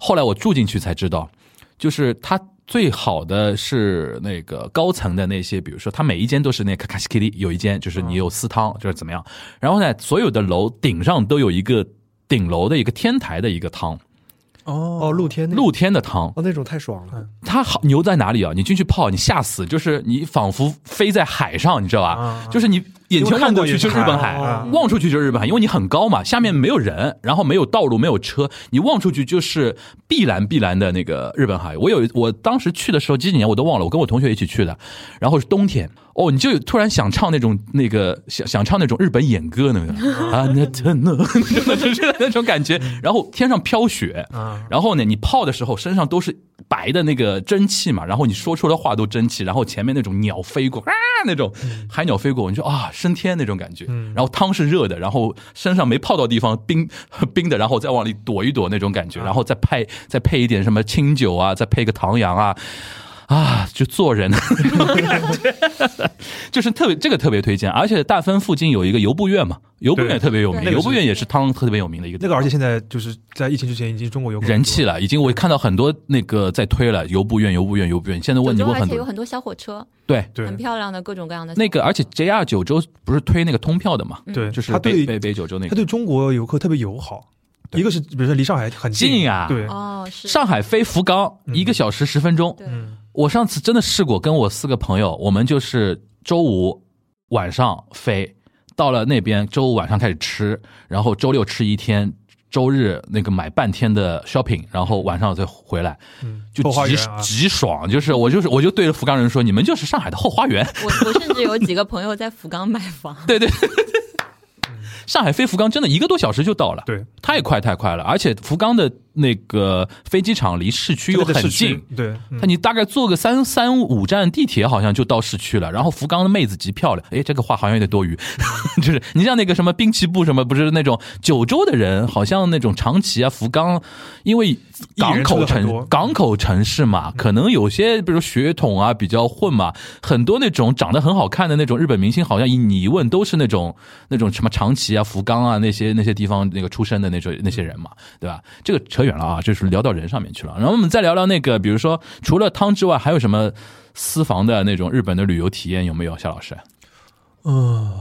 后来我住进去才知道，就是它最好的是那个高层的那些，比如说它每一间都是那卡卡西基里，有一间就是你有私汤，就是怎么样。然后呢，所有的楼顶上都有一个顶楼的一个天台的一个汤，
哦，
哦，露天那个
露天的汤。
哦那种太爽了，
它好牛在哪里啊？你进去泡，你吓死，就是你仿佛飞在海上，你知道吧
啊？
就是你眼前望过去就是日本海啊
因为看过也是海哦，
望出去就是日本海，因为你很高嘛，下面没有人，然后没有道路，没有车，你望出去就是碧蓝碧蓝的那个日本海。我有我当时去的时候几几年我都忘了，我跟我同学一起去的，然后是冬天，哦，你就突然想唱那种那个想想唱那种日本演歌那个啊，那真的就是那 种感觉。然后天上飘雪，
啊，
然后呢，你泡的时候身上都是白的那个蒸汽嘛，然后你说出的话都蒸汽，然后前面那种鸟飞过啊，那种
嗯
海鸟飞过，你就啊升天那种感觉。然后汤是热的，然后身上没泡到地方冰 冰的，然后再往里躲一躲那种感
啊
觉，然后再配再配一点什么清酒啊，再配个唐扬啊。啊，就做人 那种感觉，就是特别这个特别推荐，而且大分附近有一个游步院嘛，游步院
对
特别有名，
那个
游
是
步院也是汤特别有名的一个地
那
方
个而且现在就是在疫情之前已经中国有
人气了，已经我看到很多那个在推了，游步院、游步院、游步院。现在问
九
你
州
问
而
很
且有
多，
很多小火车，
对
对
很漂亮的各种各样的小
那个，而且 JR 九州不是推那个通票的嘛，
对，
嗯
就是
嗯他
北
对
北北九州那
他
个。
对中国游客特别友好，
对
一个是比如说离上海很
近啊
对，
哦是
上海飞福冈
嗯
一个小时十分钟，
对
嗯
我上次真的试过，跟我四个朋友，我们就是周五晚上飞，到了那边周五晚上开始吃，然后周六吃一天，周日那个买半天的 shopping，然后晚上再回来，
嗯，
就
后花
极
园啊，
极爽，就是我就是我就对着福冈人说，你们就是上海的后花 园。
我我甚至有几个朋友在福冈买房，
对对。对上海飞福冈真的一个多小时就到了，
对，
太快太快了。而且福冈的那个飞机场离市区又
这个
很
市区
近，
对，嗯
那你大概坐个三三五站地铁，好像就到市区了。然后福冈的妹子极漂亮，哎，这个话好像有点多余。 就是你像那个什么滨崎步什么，不是那种九州的人，好像那种长崎啊、福冈，因为港口
艺人出的很多嗯
城港口城市嘛，可能有些比如血统啊比较混嘛，很多那种长得很好看的那种日本明星，好像一你一问都是那种那种什么长崎啊、福冈啊那些那些地方那个出身的那种那些人嘛，对吧？这个扯远了啊，就是聊到人上面去了。然后我们再聊聊那个，比如说除了汤之外，还有什么私房的那种日本的旅游体验有没有？夏老师，
嗯
哦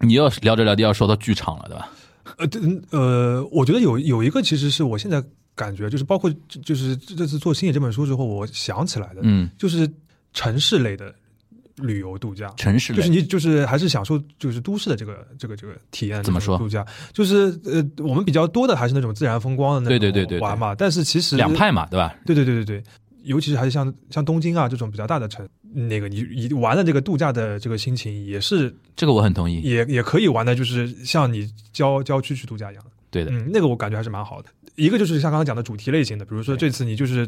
你要聊着聊着要说到剧场了，对吧？
呃对嗯呃，我觉得有有一个其实是我现在感觉就是包括就就是这这次做《星野》这本书之后，我想起来的，
嗯，
就是城市类的旅游度假，
城市类
就是你就是还是享受就是都市的这个这个这个体验，
怎么说
度假就是呃，我们比较多的还是那种自然风光的那
对
种
对对对对
玩嘛，但是其实
两派嘛，对吧？
对对对对对，尤其是还是像像东京啊这种比较大的城，那个你你玩的这个度假的这个心情也是
这个我很同意。
也也可以玩的，就是像你郊郊区去度假一样的。
对的，
嗯，那个我感觉还是蛮好的。一个就是像刚刚讲的主题类型的，比如说
对
这次你就是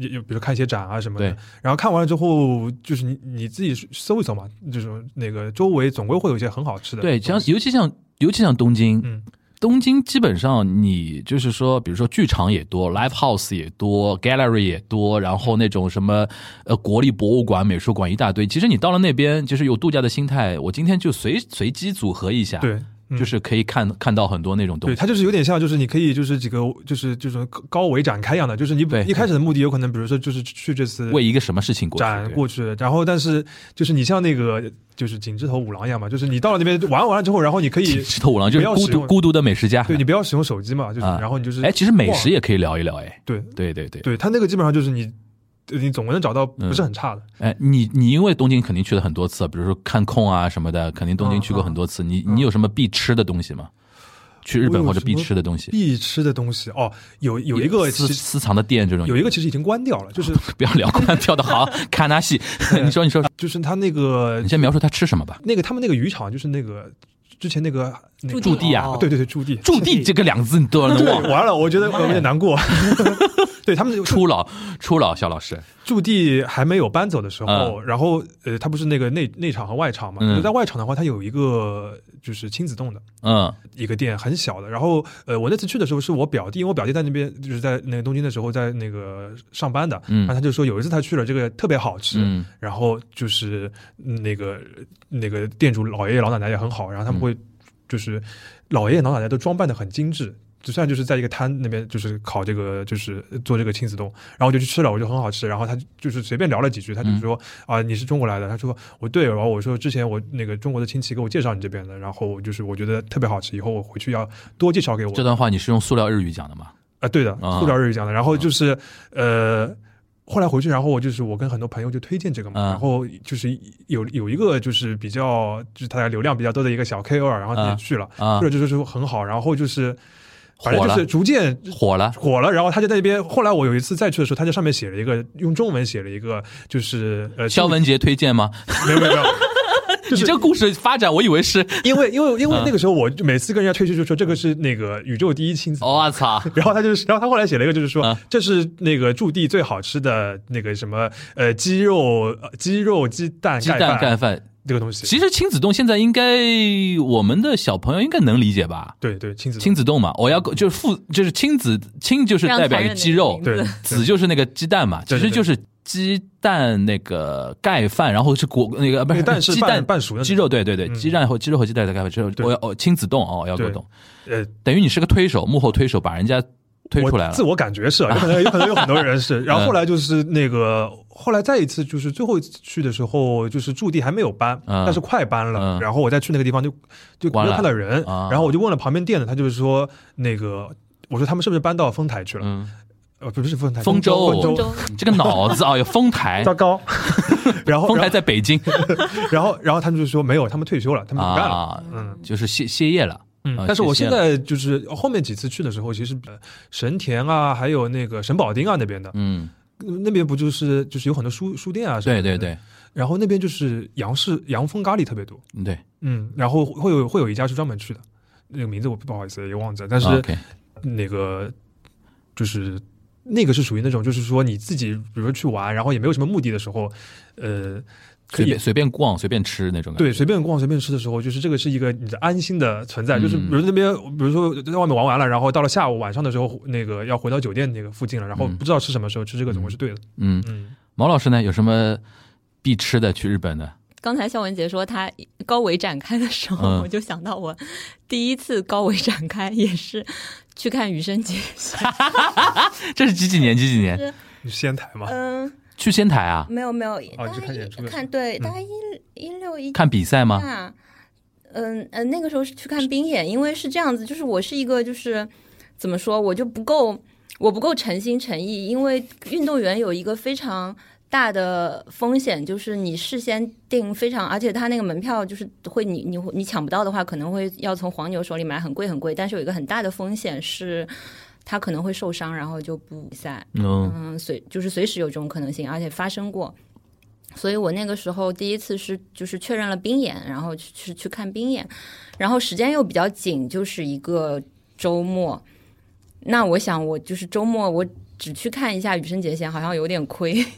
有有比如看一些展啊什么的
对，
然后看完了之后，就是你你自己搜一搜嘛，就是那个周围总归会有一些很好吃的东
对，
西。
像尤其像尤其像东京，
嗯
东京基本上你就是说，比如说剧场也多，live house 也多，gallery 也多，然后那种什么呃国立博物馆、美术馆一大堆。其实你到了那边，就是有度假的心态，我今天就随随机组合一下，
对，嗯
就是可以看看到很多那种东
对，
西。
它就是有点像，就是你可以就是几个就是就是高维展开一样的，就是你
对
一开始的目的有可能，比如说就是去这次
为一个什么事情过去？
展
对
过去，然后但是就是你像那个就是井之头五郎一样嘛，就是你到了那边玩完了之后，然后你可 以
石头五郎就是
不要
孤
使
独
用
孤独的美食家。
对你不要使用手机嘛，就是、
啊
然后你就是
哎，其实美食
逛
也可以聊一聊，哎，
对
对对对。
对，它那个基本上就是你你总能找到不是很差的，
哎，你你因为东京肯定去了很多次，比如说看空啊什么的，肯定东
嗯
京去过很多次。你你有什么必吃的东西吗？去日本
我有
或者
什
必
么
吃的东西？
必吃的东西哦，有有一个
私
其实
私藏的店这种，
有一个其实已经关掉 了，就是
不要聊关跳的 好，卡纳西，你说你说，
就是它那个
你先描述他吃什么吧。
那个他们那个渔场就是那个之前那个那个
驻地啊
啊，对对对驻地
驻地这个两个字你都能
对，
忘，
完了，我觉得我有点 难过。对他们就
初老初老小老师，
驻地还没有搬走的时候，
嗯
然后呃，他不是那个内内场和外场嘛？
嗯
就在外场的话，它有一个就是亲子洞的
嗯
一个店，很小的。然后呃，我那次去的时候是我表弟，因为我表弟在那边就是在那个东京的时候在那个上班的，
嗯
然后他就说有一次他去了，这个特别好吃。
嗯
然后就是那个那个店主老爷爷老奶奶也很好，然后他们会就是老爷爷老奶奶都装扮的很精致。就算就是在一个摊那边，就是烤这个，就是做这个亲子冻，然后我就去吃了，我就很好吃。然后他就是随便聊了几句，他就说啊、你是中国来的？他说我对。然后我说之前我那个中国的亲戚给我介绍你这边的，然后就是我觉得特别好吃，以后我回去要多介绍给我。
这段话你是用塑料日语讲的吗？
啊，对的，
啊
塑料日语讲的。然后就是呃，后来回去，然后我就是我跟很多朋友就推荐这个嘛，
嗯
然后就是有有一个就是比较就是他的流量比较多的一个小 KOL，然后他
嗯
也去了，
啊
去，了就是说很好，然后就是反正
火
就
了
是逐渐。
火了，
火了，然后他就在那边。后来我有一次再去的时候，他在上面写了一个用中文写了一个，就是呃，
肖文杰推荐吗？
没有没有没有，就
你
是
这个故事发展，我以为 是，
因为因为
啊
因为那个时候我每次跟人家吹嘘就说这个是那个宇宙第一亲子。
我操，
然后他就是，然后他后来写了一个，就是说、
啊
这是那个驻地最好吃的那个什么呃鸡肉呃鸡肉鸡蛋
鸡
盖饭
蛋盖饭。
这个东西。
其实亲子洞现在应该我们的小朋友应该能理解吧？
对对，亲子
亲子洞嘛，我要
嗯
就是父就是亲子亲就是代表鸡肉，
非常残忍的一个名字
对
子就是那个鸡蛋嘛，其
对对
实
对
就是鸡蛋那个盖饭，然后是裹那个不是
那个蛋是
鸡
半
蛋
半熟的那
鸡肉，对对对，
嗯
鸡蛋和鸡肉和鸡蛋的盖饭，之后
对
我要哦亲子洞哦，要搞
对
懂，
呃
等于你是个推手，幕后推手把人家推出来
我
了嗯
自，我感觉是啊，有可能有可能有很多人 是。然后后来就是那个，后来再一次就是最后一次去的时候，就是驻地还没有搬，
嗯
但是快搬了。
嗯
然后我再去那个地方就就
完
没
了
有看到人，
啊
然后我就问了旁边店的，他就是说那个，我说他们是不是搬到丰台去了？
嗯，
呃，不是丰台，
丰州
州，丰
丰州
这个脑子啊，有丰台
糟，糕。然后
丰
然
台
后
在北京
然后然后他们就说没有，他们退休了，他们不 干了。
啊，
嗯。
就是歇歇业了，啊
但是我现。
歇业了
在就是后面几次去的时候，其实呃神田啊，还有那个神保町啊那边的，
嗯，
那边不就是就是有很多书书店啊什么
对
的，
对对
然后那边就是洋式洋风咖喱特别多，
对，
嗯，然后会有会有一家是专门去的，那个名字我不好意思也忘记了，但是
啊 OK，
那个就是那个是属于那种就是说你自己比如说去玩，然后也没有什么目的的时候，呃，可
随
以
便。随便逛，随便吃那种感觉。
对，随便逛随便吃的时候，就是这个是一个你的安心的存在。就是比如那边，比如说在外面玩完了，然后到了下午晚上的时候，那个要回到酒店那个附近了，然后
嗯
不知道吃什么时候吃这个总归是对的。
嗯，
嗯，
毛老师呢，有什么必吃的去日本 的？
刚才肖文杰说他高维展开的时候，
嗯
我就想到我第一次高维展开也是去看羽生结弦。
这是几几年？几几年
是
你是仙台嘛，
呃
嗯，
去仙台啊？
没有没有，
哦你去
大
看
一
演出的
看对，
嗯
大概一一六一
看比赛吗？
那，嗯呃，那个时候是去看冰演，因为是这样子，就是我是一个就是怎么说，我就不够，我不够诚心诚意，因为运动员有一个非常。大的风险就是你事先订非常，而且他那个门票就是会你你你抢不到的话，可能会要从黄牛手里买，很贵很贵。但是有一个很大的风险是，他可能会受伤，然后就不比赛。
嗯，
嗯，随就是随时有这种可能性，而且发生过。所以我那个时候第一次是就是确认了冰演，然后去去去看冰演，然后时间又比较紧，就是一个周末。那我想我就是周末我只去看一下羽生结弦，好像有点亏。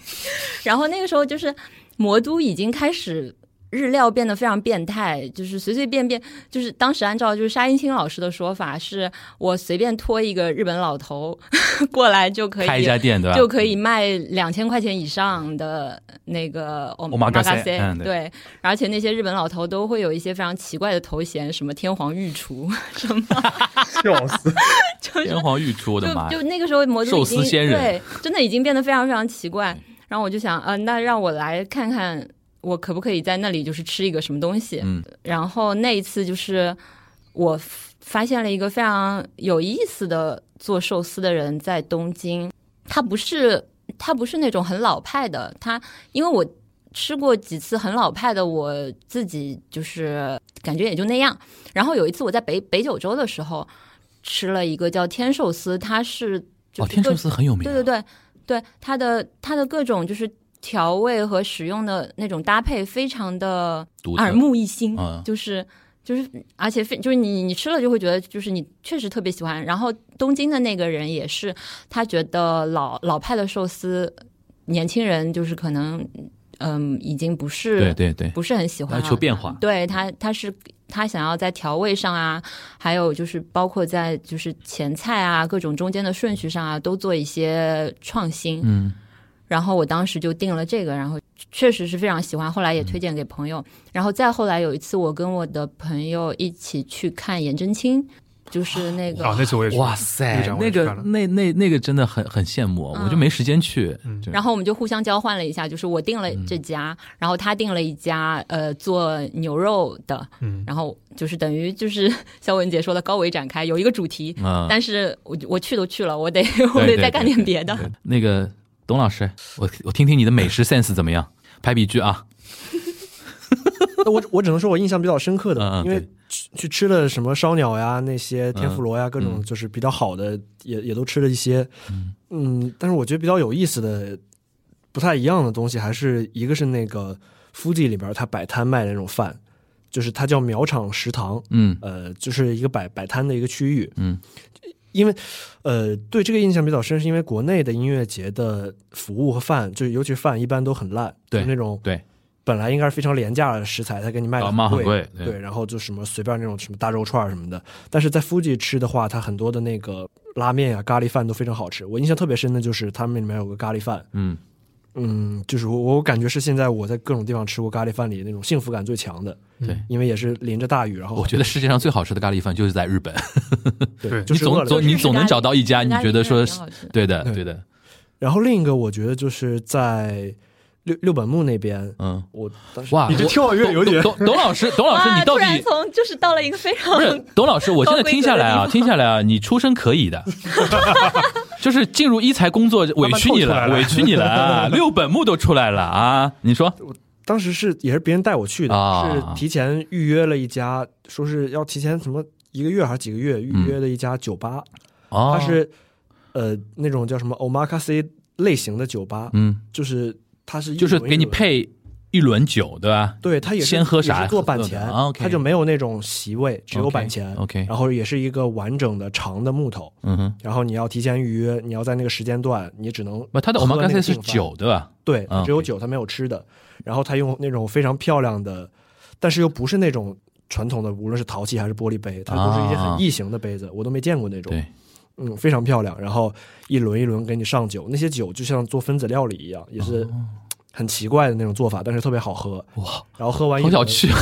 然后那个时候就是魔都已经开始。日料变得非常变态，就是随随便便，就是当时按照就是沙英青老师的说法，是我随便拖一个日本老头 过来就可以
开一家店对吧？
就可以卖两千块钱以上的那个
Omakase，
omakase
嗯对
对，而且那些日本老头都会有一些非常奇怪的头衔，什么天皇御厨，什么
笑死！
就是
天皇御厨，我的妈
就
呀！
就那个时候魔都已经
寿司仙人
对，真的已经变得非常非常奇怪。然后我就想，啊、那让我来看看，我可不可以在那里就是吃一个什么东西？
嗯，
然后那一次就是我 f- 发现了一个非常有意思的做寿司的人在东京，他不是他不是那种很老派的，他因为我吃过几次很老派的，我自己就是感觉也就那样。然后有一次我在北北九州的时候吃了一个叫天寿司，它是就
哦，
是
天
各
寿司很有名。
对对，对对，它的它的各种就是调味和使用的那种搭配非常的
独特
耳目一新，
嗯
就是。就是，而且非就是你你吃了就会觉得，就是你确实特别喜欢。然后东京的那个人也是，他觉得老老派的寿司，年轻人就是可能，嗯，已经不是
对对对，
不是很喜欢、
要
啊，
求变化。
对他，他是他想要在调味上啊，还有就是包括在就是前菜啊各种中间的顺序上啊，都做一些创新。
嗯，
然后我当时就定了这个，然后确实是非常喜欢，后来也推荐给朋友。然后再后来有一次，我跟我的朋友一起去看颜真卿，就是那个
啊，那次我也去
哇
那
塞
哎个展，我
那
也去
个
看了
那那那个真的很很羡慕，啊
嗯
我就没时间去。
嗯
就
然后我们就互相交换了一下，就是我订了
嗯
这家，然后他订了一家呃做牛肉的，
嗯
然后就是等于就是 肖文杰说的高维展开，有一个主题，
嗯，
但是我我去都去了，我得 我得再干点别的。
对那个董老师，我我听听你的美食 sense 怎么样？排比句啊，
我我只能说我印象比较深刻
嗯
的，
嗯
因为
对嗯
去去吃了什么烧鸟呀、那些天妇罗呀，各种就是比较好的，也也都吃了一些。嗯，但是我觉得比较有意思的、不太一样的东西，还是一个是那个 Fuji 里边儿他摆摊卖的那种饭，就是它叫苗场食堂，
嗯
呃，就是一个摆摆摊的一个区域。
嗯，
因为呃，对这个印象比较深，是因为国内的音乐节的服务和饭，就是尤其是饭，一般都很烂，
对
就是那种
对，
本来应该是非常廉价的食材，他给你卖的
啊卖很
贵，
贵对
对，然后就什么随便那种什么大肉串儿什么的，但是在 Fuji 吃的话，它很多的那个拉面啊、咖喱饭都非常好吃。我印象特别深的就是他们里面有个咖喱饭，
嗯
嗯，就是我我感觉是现在我在各种地方吃过咖喱饭里那种幸福感最强的，
对。
因为也是淋着大雨，然后
我觉得世界上最好吃的咖喱饭就是在日本，
对，
对
就
你
是饿
总
了
总你总能找到一家你
意大利
觉得说
面很好吃
对的，
对
对的，
然后另一个我觉得就是在六六本木那边，
嗯，
我当时
哇，
你这
我
跳跃有
董
点
董董董老师，董老师，
哇
你到
突然
底
从就是到了一个非常
不是董老师？我现在听下来
高
啊，
规格的地方
听下来啊，你出身可以的， 就是进入一财工作委屈你了，
慢慢透出来了
委屈你了啊，六本木都出来了啊！你说
当时是也是别人带我去的，
啊
是提前预约了一家，说是要提前什么一个月还是几个月预约的一家酒吧，
哦，
它是呃那种叫什么 omakase 类型的酒吧，
嗯，
就是它是一
就是
轮一
给你
轮。
配一轮酒，对吧？
对，它也是
先喝啥
也是坐板前，
喝的啊，OK
它就没有那种席位，只有板前。
OK，OK
然后也是一个完整的长的木头，
嗯哼，
然后你要提前预约，你要在那个时间段，你只能
不，他的我
喝
们刚
那
才
个
是
订饭
酒，对吧？
对，
嗯
它只有酒，它没有吃的。然后它用那种非常漂亮的，但是又不是那种传统的，无论是陶器还是玻璃杯，它都是一些
啊
很异形的杯子，我都没见过那种。
对，
嗯，非常漂亮。然后一轮一轮给你上酒，那些酒就像做分子料理一样，也是很奇怪的那种做法，但是特别好喝。
哦哇，
然后喝完一
好啊
轮
想去，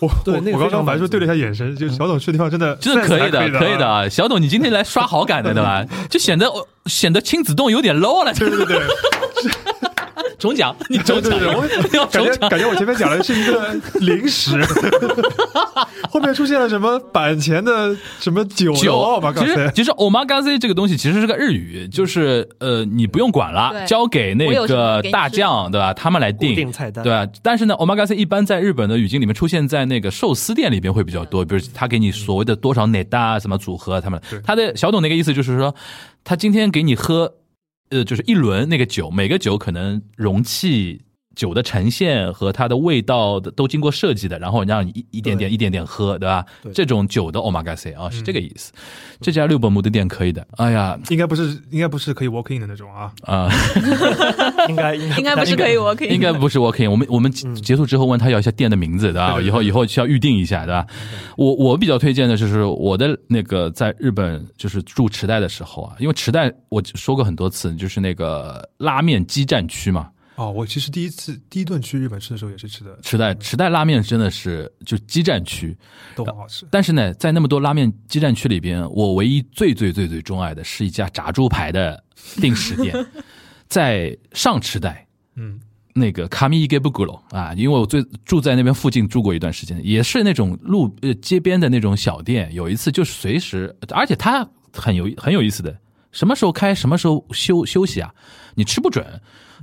我
对
我
那个
我刚
非常
刚白
满
叔
足
对了一下眼神，就小董去的地方真的
嗯真的
sense
可以
还
的，可以的
啊。
啊！小董，你今天来刷好感的，对吧？就显得 显得亲子洞有点 low 了，
对对 对对，
中奖， 你中
对
奖
对对，我
要
感
中
觉
奖。
感觉我前面讲的是一个零 食，后面出现了什么板前的什么酒
酒
楼啊吧？
其
刚
实
才
其实 omakase 这个东西其实是个日语，就是呃你不用管了，
对
交给那
我有什
个
么给你
大
吃
酱对吧？他们来
固
定
定菜单，
对啊，但是呢，omakase 一般在日本的语境里面出现在那个寿司店里边会比较多，比如他给你所谓的多少奶大什么组合，啊他们
对
他的小董那个意思就是说，他今天给你喝，呃，就是一轮那个酒，每个酒可能容器。酒的呈现和它的味道的都经过设计的，然后让你一一点点一点点喝，对吧？
对嗯
这种酒的 omakase 啊，是这个意思。这家六本木的店可以的。哎呀
应该不是应该不是可以 walk in 的那种啊，
啊！
应该应该
应该不是可以，我可以
应该不是 walk in，我们我们结结束之后问他要一下店的名字，对吧？
嗯对对对
以后以后需要预定一下，对吧？我我比较推荐的就是我的那个在日本就是住池袋的时候啊，因为池袋我说过很多次，就是那个拉面激战区嘛，
哦，我其实第一次第一顿去日本吃的时候也是吃的
池袋池袋拉面真的是就激战区，
都很好吃，
但是呢，在那么多拉面激战区里边，我唯一最最最最钟爱的是一家炸猪排的定时店，在上池袋。
嗯，
那个卡米伊给布古罗啊，因为我最住在那边附近住过一段时间，也是那种路呃街边的那种小店。有一次就是随时，而且它很有很有意思的，什么时候开，什么时候休休息啊，你吃不准，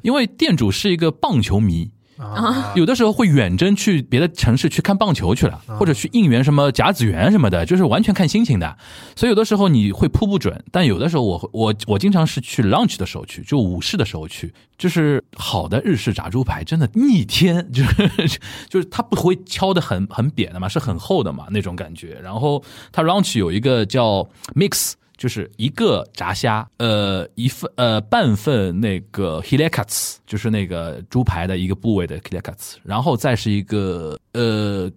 因为店主是一个棒球迷。
啊，
有的时候会远征去别的城市去看棒球去了，或者去应援什么甲子园什么的，就是完全看心情的。所以有的时候你会扑不准，但有的时候我会我我经常是去 lunch 的时候去，就午市的时候去，就是好的日式炸猪排真的逆天，就是就是它不会敲的很很扁的嘛，是很厚的嘛那种感觉。然后它 lunch 有一个叫 mix。就是一个炸虾，呃，一份呃半份那个 hilekats，就是那个猪排的一个部位的 hilekats，然后再是一个呃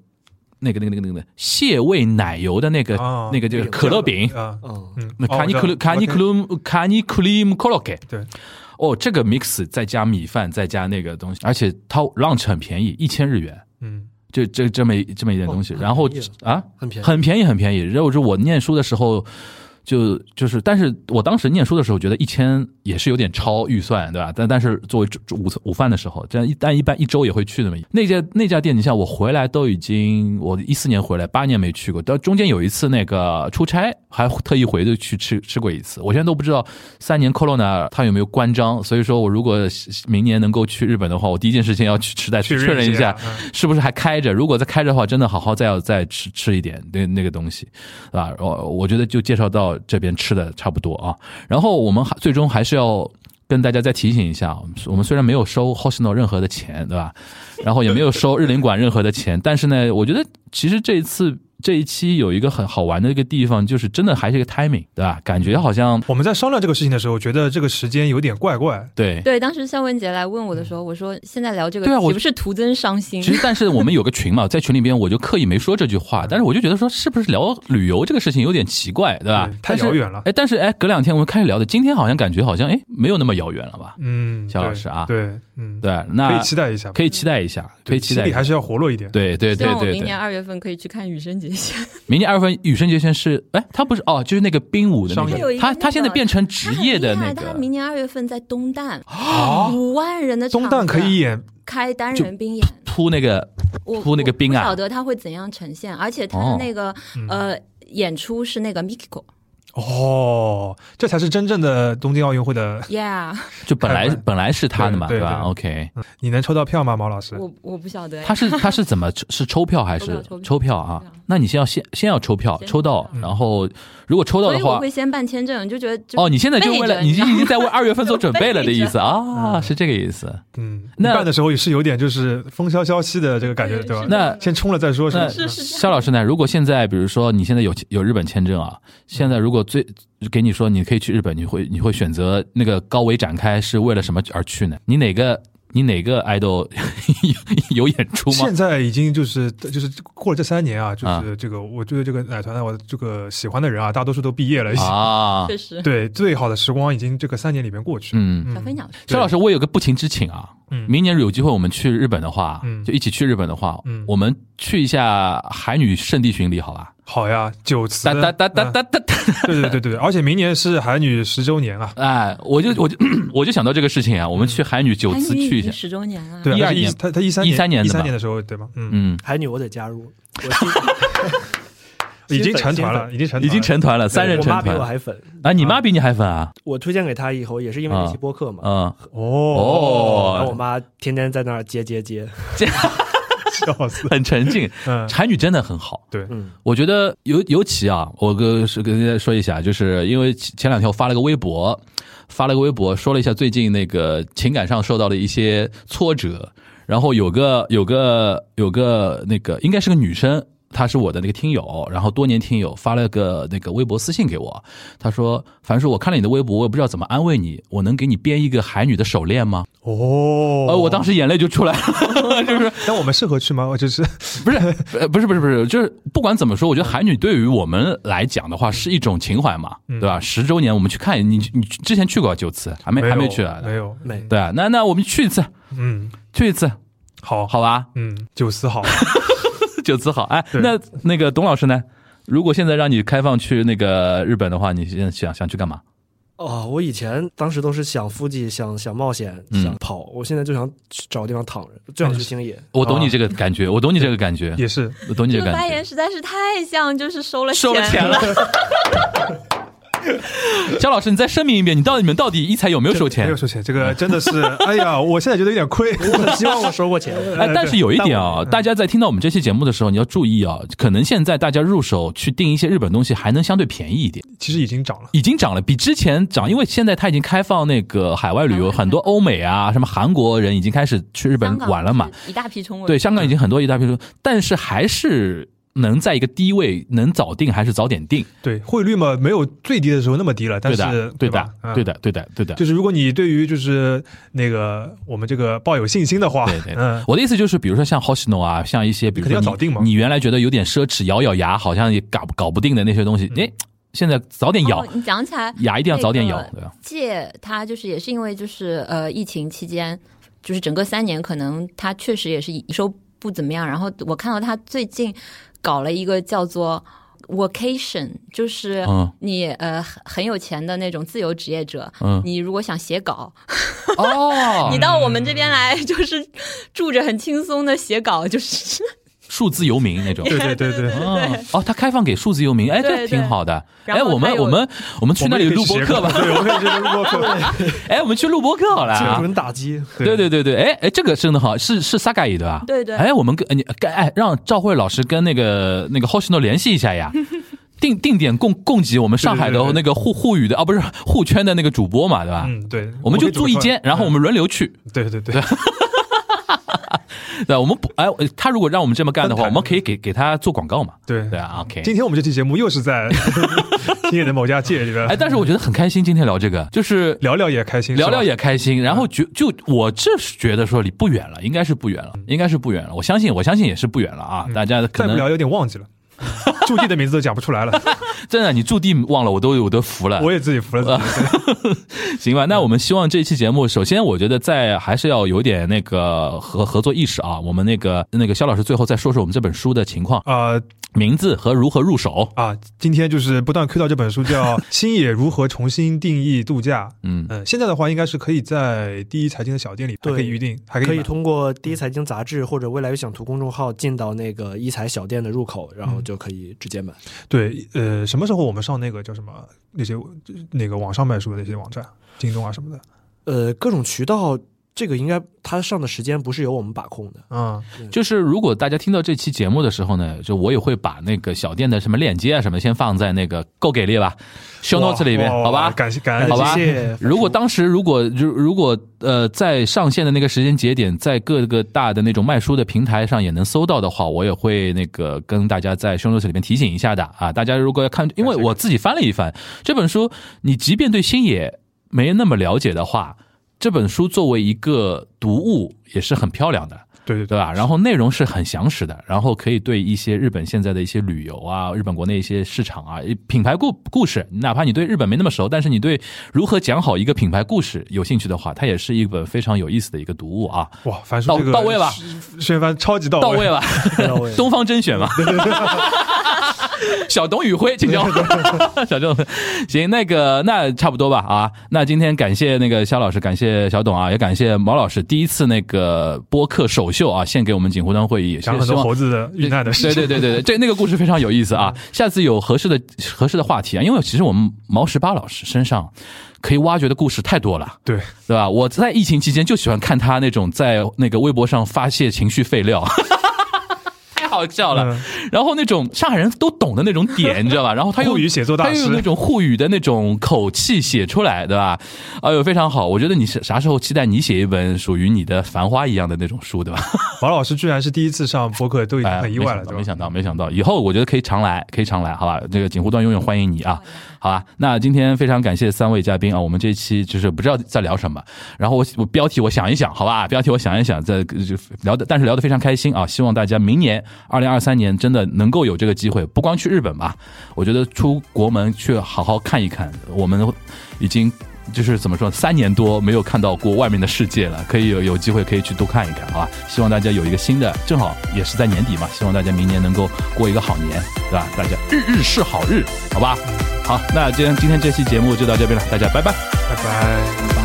那个那个那个那个蟹味奶油的那个、
哦
那个就是可乐饼，
啊，
嗯，
嗯，
那
哦
卡尼
我
克
知
鲁
道
卡尼克鲁卡尼克里姆克洛克，
对，
哦，这个 mix 再加米饭，再加那个东西，而且它 lunch 很便宜，一千日元。
嗯，
就这这么一这么一点东西，
哦
然后
很便宜
啊，
很便宜
很便宜，很便宜。然后就我念书的时候，就就是，但是我当时念书的时候觉得一千也是有点超预算，对吧？但但是作为中中午午饭的时候，这样一但一般一周也会去那么一那家那家店，你像我回来都已经我一四年回来八年没去过，但中间有一次那个出差还特意回去吃吃过一次。我现在都不知道三年 Corona 它有没有关张，所以说我如果明年能够去日本的话，我第一件事情要去吃再
确
确认一下。
嗯
是不是还开着？如果再开着的话，真的好好再要再吃吃一点那那个东西，啊，我我觉得就介绍到这边吃的差不多啊。然后我们还最终还是要跟大家再提醒一下，我们我们虽然没有收 Hoshino 任何的钱，对吧？然后也没有收日领馆任何的钱，但是呢，我觉得其实这一次这一期有一个很好玩的一个地方，就是真的还是一个 timing，对吧？感觉好像
我们在商量这个事情的时候，觉得这个时间有点怪怪。
对
对，当时肖文杰来问我的时候，我说现在聊这个
对啊我
岂不是徒增伤心？
其实，但是我们有个群嘛，在 群里边我就刻意没说这句话，但是我就觉得说，是不是聊旅游这个事情有点奇怪，对吧
对？太
但是
遥远了
哎，但是哎，隔两天我们开始聊的，今天好像感觉好像哎，没有那么遥远了吧？
嗯，
肖老
对
师啊
对，嗯，
对，
可
那
以期待一下吧，
可以期待一下，可以期
心
待一
里
下
还。是要活络一点。
对对
希
对
望我
对
明年
对，
二月份可以去看羽生结弦。
明年二月份羽生结弦是哎，他不是哦，就是那个冰舞的那
商业他有
个，
一个
他
那个
他现在变成职业的
他
那
很厉害他
个，啊
明年二月份在东旦，五万人的
中
场子
弹可以演，
开单
就
人冰演，
铺那个
我
铺那个冰啊
我不晓得他会怎样呈现，而且他
哦
的那个呃演出是那个 Mikiko，Yeah，
哦，这才是真正的东京奥运会的。
就本来
看看
本来是他的嘛，
对对
吧
对
？OK，
嗯你能抽到票吗，毛老师？
我我不晓得哎
他是他是怎么是抽票还是
抽票
抽
抽票
票啊
抽票？
那你先要先先要抽票，
先
抽到，
嗯
然后如果抽到
所
的
以我
话
会，先办签证，就觉得就
哦，你现在就为了
备着
你
你知道吗
已经在为二月份做准备了的意思啊，
嗯
是这个意思。
嗯，
那
办的时候也是有点就是风萧萧兮的这个感觉，
对
对吧？
那
先冲了再说，是
那
不是？
肖老师呢？如果现在比如说你现在有有日本签证啊，现在如果最给你说你可以去日本，你会你会选择那个高维展开是为了什么而去呢？你哪个你哪个 idol 有有演出吗
现？在已经就是就是过了这三年啊，就
啊
是这个，我对这个奶团啊，我这个喜欢的人啊，大多数都毕业了，已经。
啊，
确实
对，最好的时光已经这个三年里面过去了。
嗯，
小飞鸟
肖老师，我有个不情之请啊，
嗯
明年有机会我们去日本的话，
嗯
就一起去日本的话，
嗯
我们去一下海女圣地巡礼，好吧？
好呀，九次
哒哒哒哒哒哒哒，
对对对对对，而且明年是韩女十周年啊，
哎，我就我就 我就想到这个事情啊，我们去海女九
韩
次
语
去
已
一下
经，十周年了，
对啊，
12
她是
嗯年
她她一三
13年
一
的吧
三年的时候对吧？嗯，
嗯，
海女我得加入， 我新
已经成团
新
了，已经成
已经成团了，三人
我
成
妈比我
团
还粉，
啊！你妈比你还粉啊？
我推荐给她以后也是因为那期播客嘛，
嗯，
哦
然后我
哦，
妈天天在那儿接接接，
笑死，
很沉静，
嗯，
海女真的很好。
对，
嗯，
我觉得尤尤其啊，我跟是跟大家说一下，就是因为前前两天我发了个微博，发了个微博说了一下最近那个情感上受到的一些挫折，然后有个有个有个那个应该是个女生，她是我的那个听友，然后多年听友发了个那个微博私信给我，她说：“樊叔，我看了你的微博，我也不知道怎么安慰你，我能给你编一个海女的手链吗？”
哦
呃，我当时眼泪就出来了，就是
但我们适合去吗？我就是
不是，呃不是，不是，不是，就是不管怎么说，我觉得韩女对于我们来讲的话是一种情怀嘛，对吧？十周年，我们去看你，你之前去过九次，还没还没去啊？
没有，
没
对啊，那那我们去一次，
嗯，
去一次，
好，
好吧？
嗯，九四好，
九次好，哎，
对
那那个董老师呢？如果现在让你开放去那个日本的话，你现在想想去干嘛？
哦，我以前当时都是想腹肌，想想冒险，
嗯
想跑，我现在就想去找个地方躺着，就想去星野。
我懂你这个感觉，我懂你这个感觉，
也是，
我懂你
这
这个
个发
感觉
言。实在是太像就是收了
收了钱了。 肖老师，你再声明一遍，你到底你们到底一彩有没有收钱啊
没有？收钱，这个真 的是，哎呀，我现在觉得有点亏，
我很希望我收过钱，
哎，但是有一点啊、
但我
大家在听到我们这期节目的时候，你要注意啊、可能现在大家入手去订一些日本东西，还能相对便宜一点，
其实已经涨了。
已经涨了，比之前涨，因为现在它已经开放那个海外旅游，
海外
很多欧美啊，什么韩国人已经开始去日本
香港
玩了嘛，
是一大批冲过
对，
去，
香港已经很多一大批人，但是还是能在一个低位，能早订还是早点订，
对，汇率嘛，没有最低的时候那么低了，但
对
是
的，对
吧
的，
嗯
对的，对的，对的。
就是如果你对于就是那个我们这个抱有信心的话，
对对，
嗯，
我的意思就是，比如说像 Hoshino 啊，像一些比如说
肯定要
你
早定嘛
你原来觉得有点奢侈，咬咬牙好像也搞搞不定的那些东西，
嗯
哎，现在早点咬
哦，你讲起来，
牙一定要早点咬
那，个
对 吧？
借它就是也是因为就是呃疫情期间，就是整个三年可能它确实也是营收不怎么样。然后我看到它最近搞了一个叫做 vacation，就是
嗯
你、呃很很有钱的那种自由职业者，
嗯
你如果想写稿，
哦
你，到我们这边来就是住着很轻松的写稿，就是
数字游民那种。
对对对对，
嗯，哦，他开放给数字游民，哎，这
对对
挺好的。
然
哎，
后
我
他
们
有
我们我们去那里录播课吧。
对，我们也可以去录 播课。
哎，我们去录播课好了
精
啊。
准打击。
对对对对，哎哎，这个真的好，是是 Saga 对吧？
对对
哎 哎，我们跟哎你哎让赵慧老师跟那个那个 Hoshino 联系一下呀。定定点供供给我们上海的
对对对
那
对
个沪沪语的啊，不是沪圈的那个主播嘛，对吧？
嗯，对，
我们就
可以
租
这
一
么说
间，然后我们轮流去。
对 对对，
对，我们不哎，他如果让我们这么干的话，我
分摊
们可以给给他做广告嘛？
对
对啊，OK。
今天我们这期节目又 是在新野的某家界里边，
哎，但是我觉得很开心，今天聊这个，就是
聊聊也开心，
聊聊
是吧嗯
也开心。然后觉就我这是觉得说离不远了，应该是不远了，应该是不远了。我相信，我相信也是不远了啊！大家可
嗯再不
能
聊有点忘 记了，驻地的名字都讲不出来了，
真的你注定忘了，我都有的服了。
我嗯也自己服了自己。
行吧，那我们希望这一期节目，首先我觉得在还是要有点那个合合作意识啊。我们那个那个肖老师最后再说说我们这本书的情况、
啊
名字和如何入手。
啊！今天就是不断 Q 到这本书 叫《星野如何重新定义度假》。
嗯，
嗯，现在的话应该是可以在第一财经的小店里还可以
对
预定，还
可
可以
以
买
通过第一财经杂志或者未来有想图公众号进到那个一财小店的入口，然后就可以直接买。
对，呃，什么时候我们上那个叫什么那些就是那个网上卖书的那些网站，京东啊什么的？
呃，各种渠道，这个应该它上的时间不是由我们把控的。
嗯，
就是如果大家听到这期节目的时候呢，就我也会把那个小店的什么链接啊什么先放在那个够给力吧，show
哇
notes 里边，
哇
好吧？
感谢感恩
好吧
谢谢。
如果当时如果如如果呃在上线的那个时间节点，在各个大的那种卖书的平台上也能搜到的话，我也会那个跟大家在 show notes 里面提醒一下的啊。大家如果要看，因为我自己翻了一翻这本书，你即便对星野没那么了解的话，这本书作为一个读物也是很漂亮的。
对对对
对吧？然后内容是很详实的，然后可以对一些日本现在的一些旅游啊、日本国内一些市场啊、品牌故故事，哪怕你对日本没那么熟，但是你对如何讲好一个品牌故事有兴趣的话，它也是一本非常有意思的一个读物啊。
哇，樊叔
到
这个
到位了
宣，宣帆超级到
到位了，啊
到位了
东方甄选 嘛。小董宇辉，请 教小郑。行，那个那差不多吧啊。那今天感谢那个肖老师，感谢小董啊，也感谢毛老师第一次那个播客首秀啊，献给我们锦湖端会议，也是
讲了很
希
多
望
猴子的遇难的事情。
对对对对对，这那个故事非常有意思啊！下次有合适的合适的话题啊，因为其实我们毛十八老师身上可以挖掘的故事太多了，
对
对吧？我在疫情期间就喜欢看他那种在那个微博上发泄情绪废料。 太好笑了，
嗯
然后那种上海人都懂的那种点，你知道吧？然后他又
沪语写作大师
他又有那种沪语的那种口气写出来，对吧？哎呦，非常好！我觉得你是啥时候期待你写一本属于你的《繁花》一样的那种书，对吧？
王老师居然是第一次上播客，都已经
哎，
很意外了，
没
对吧？
想到，没想到，没想到，以后我觉得可以常来，可以常来，好吧？这个锦湖端永远欢迎你
嗯
啊，好吧？那今天非常感谢三位嘉宾啊，我们这一期就是不知道在聊什么，然后我我标题我想一想，好吧？标题我想一想，在就聊的，但是聊得非常开心啊，希望大家明年二零二三年真的能够有这个机会，不光去日本吧，我觉得出国门去好好看一看，我们已经。就是怎么说，三年多没有看到过外面的世界了，可以有有机会可以去多看一看，好吧？希望大家有一个新的，正好也是在年底嘛，希望大家明年能够过一个好年，对吧？大家日日是好日，好吧？好，那今天今天这期节目就到这边了，大家拜拜。
拜拜。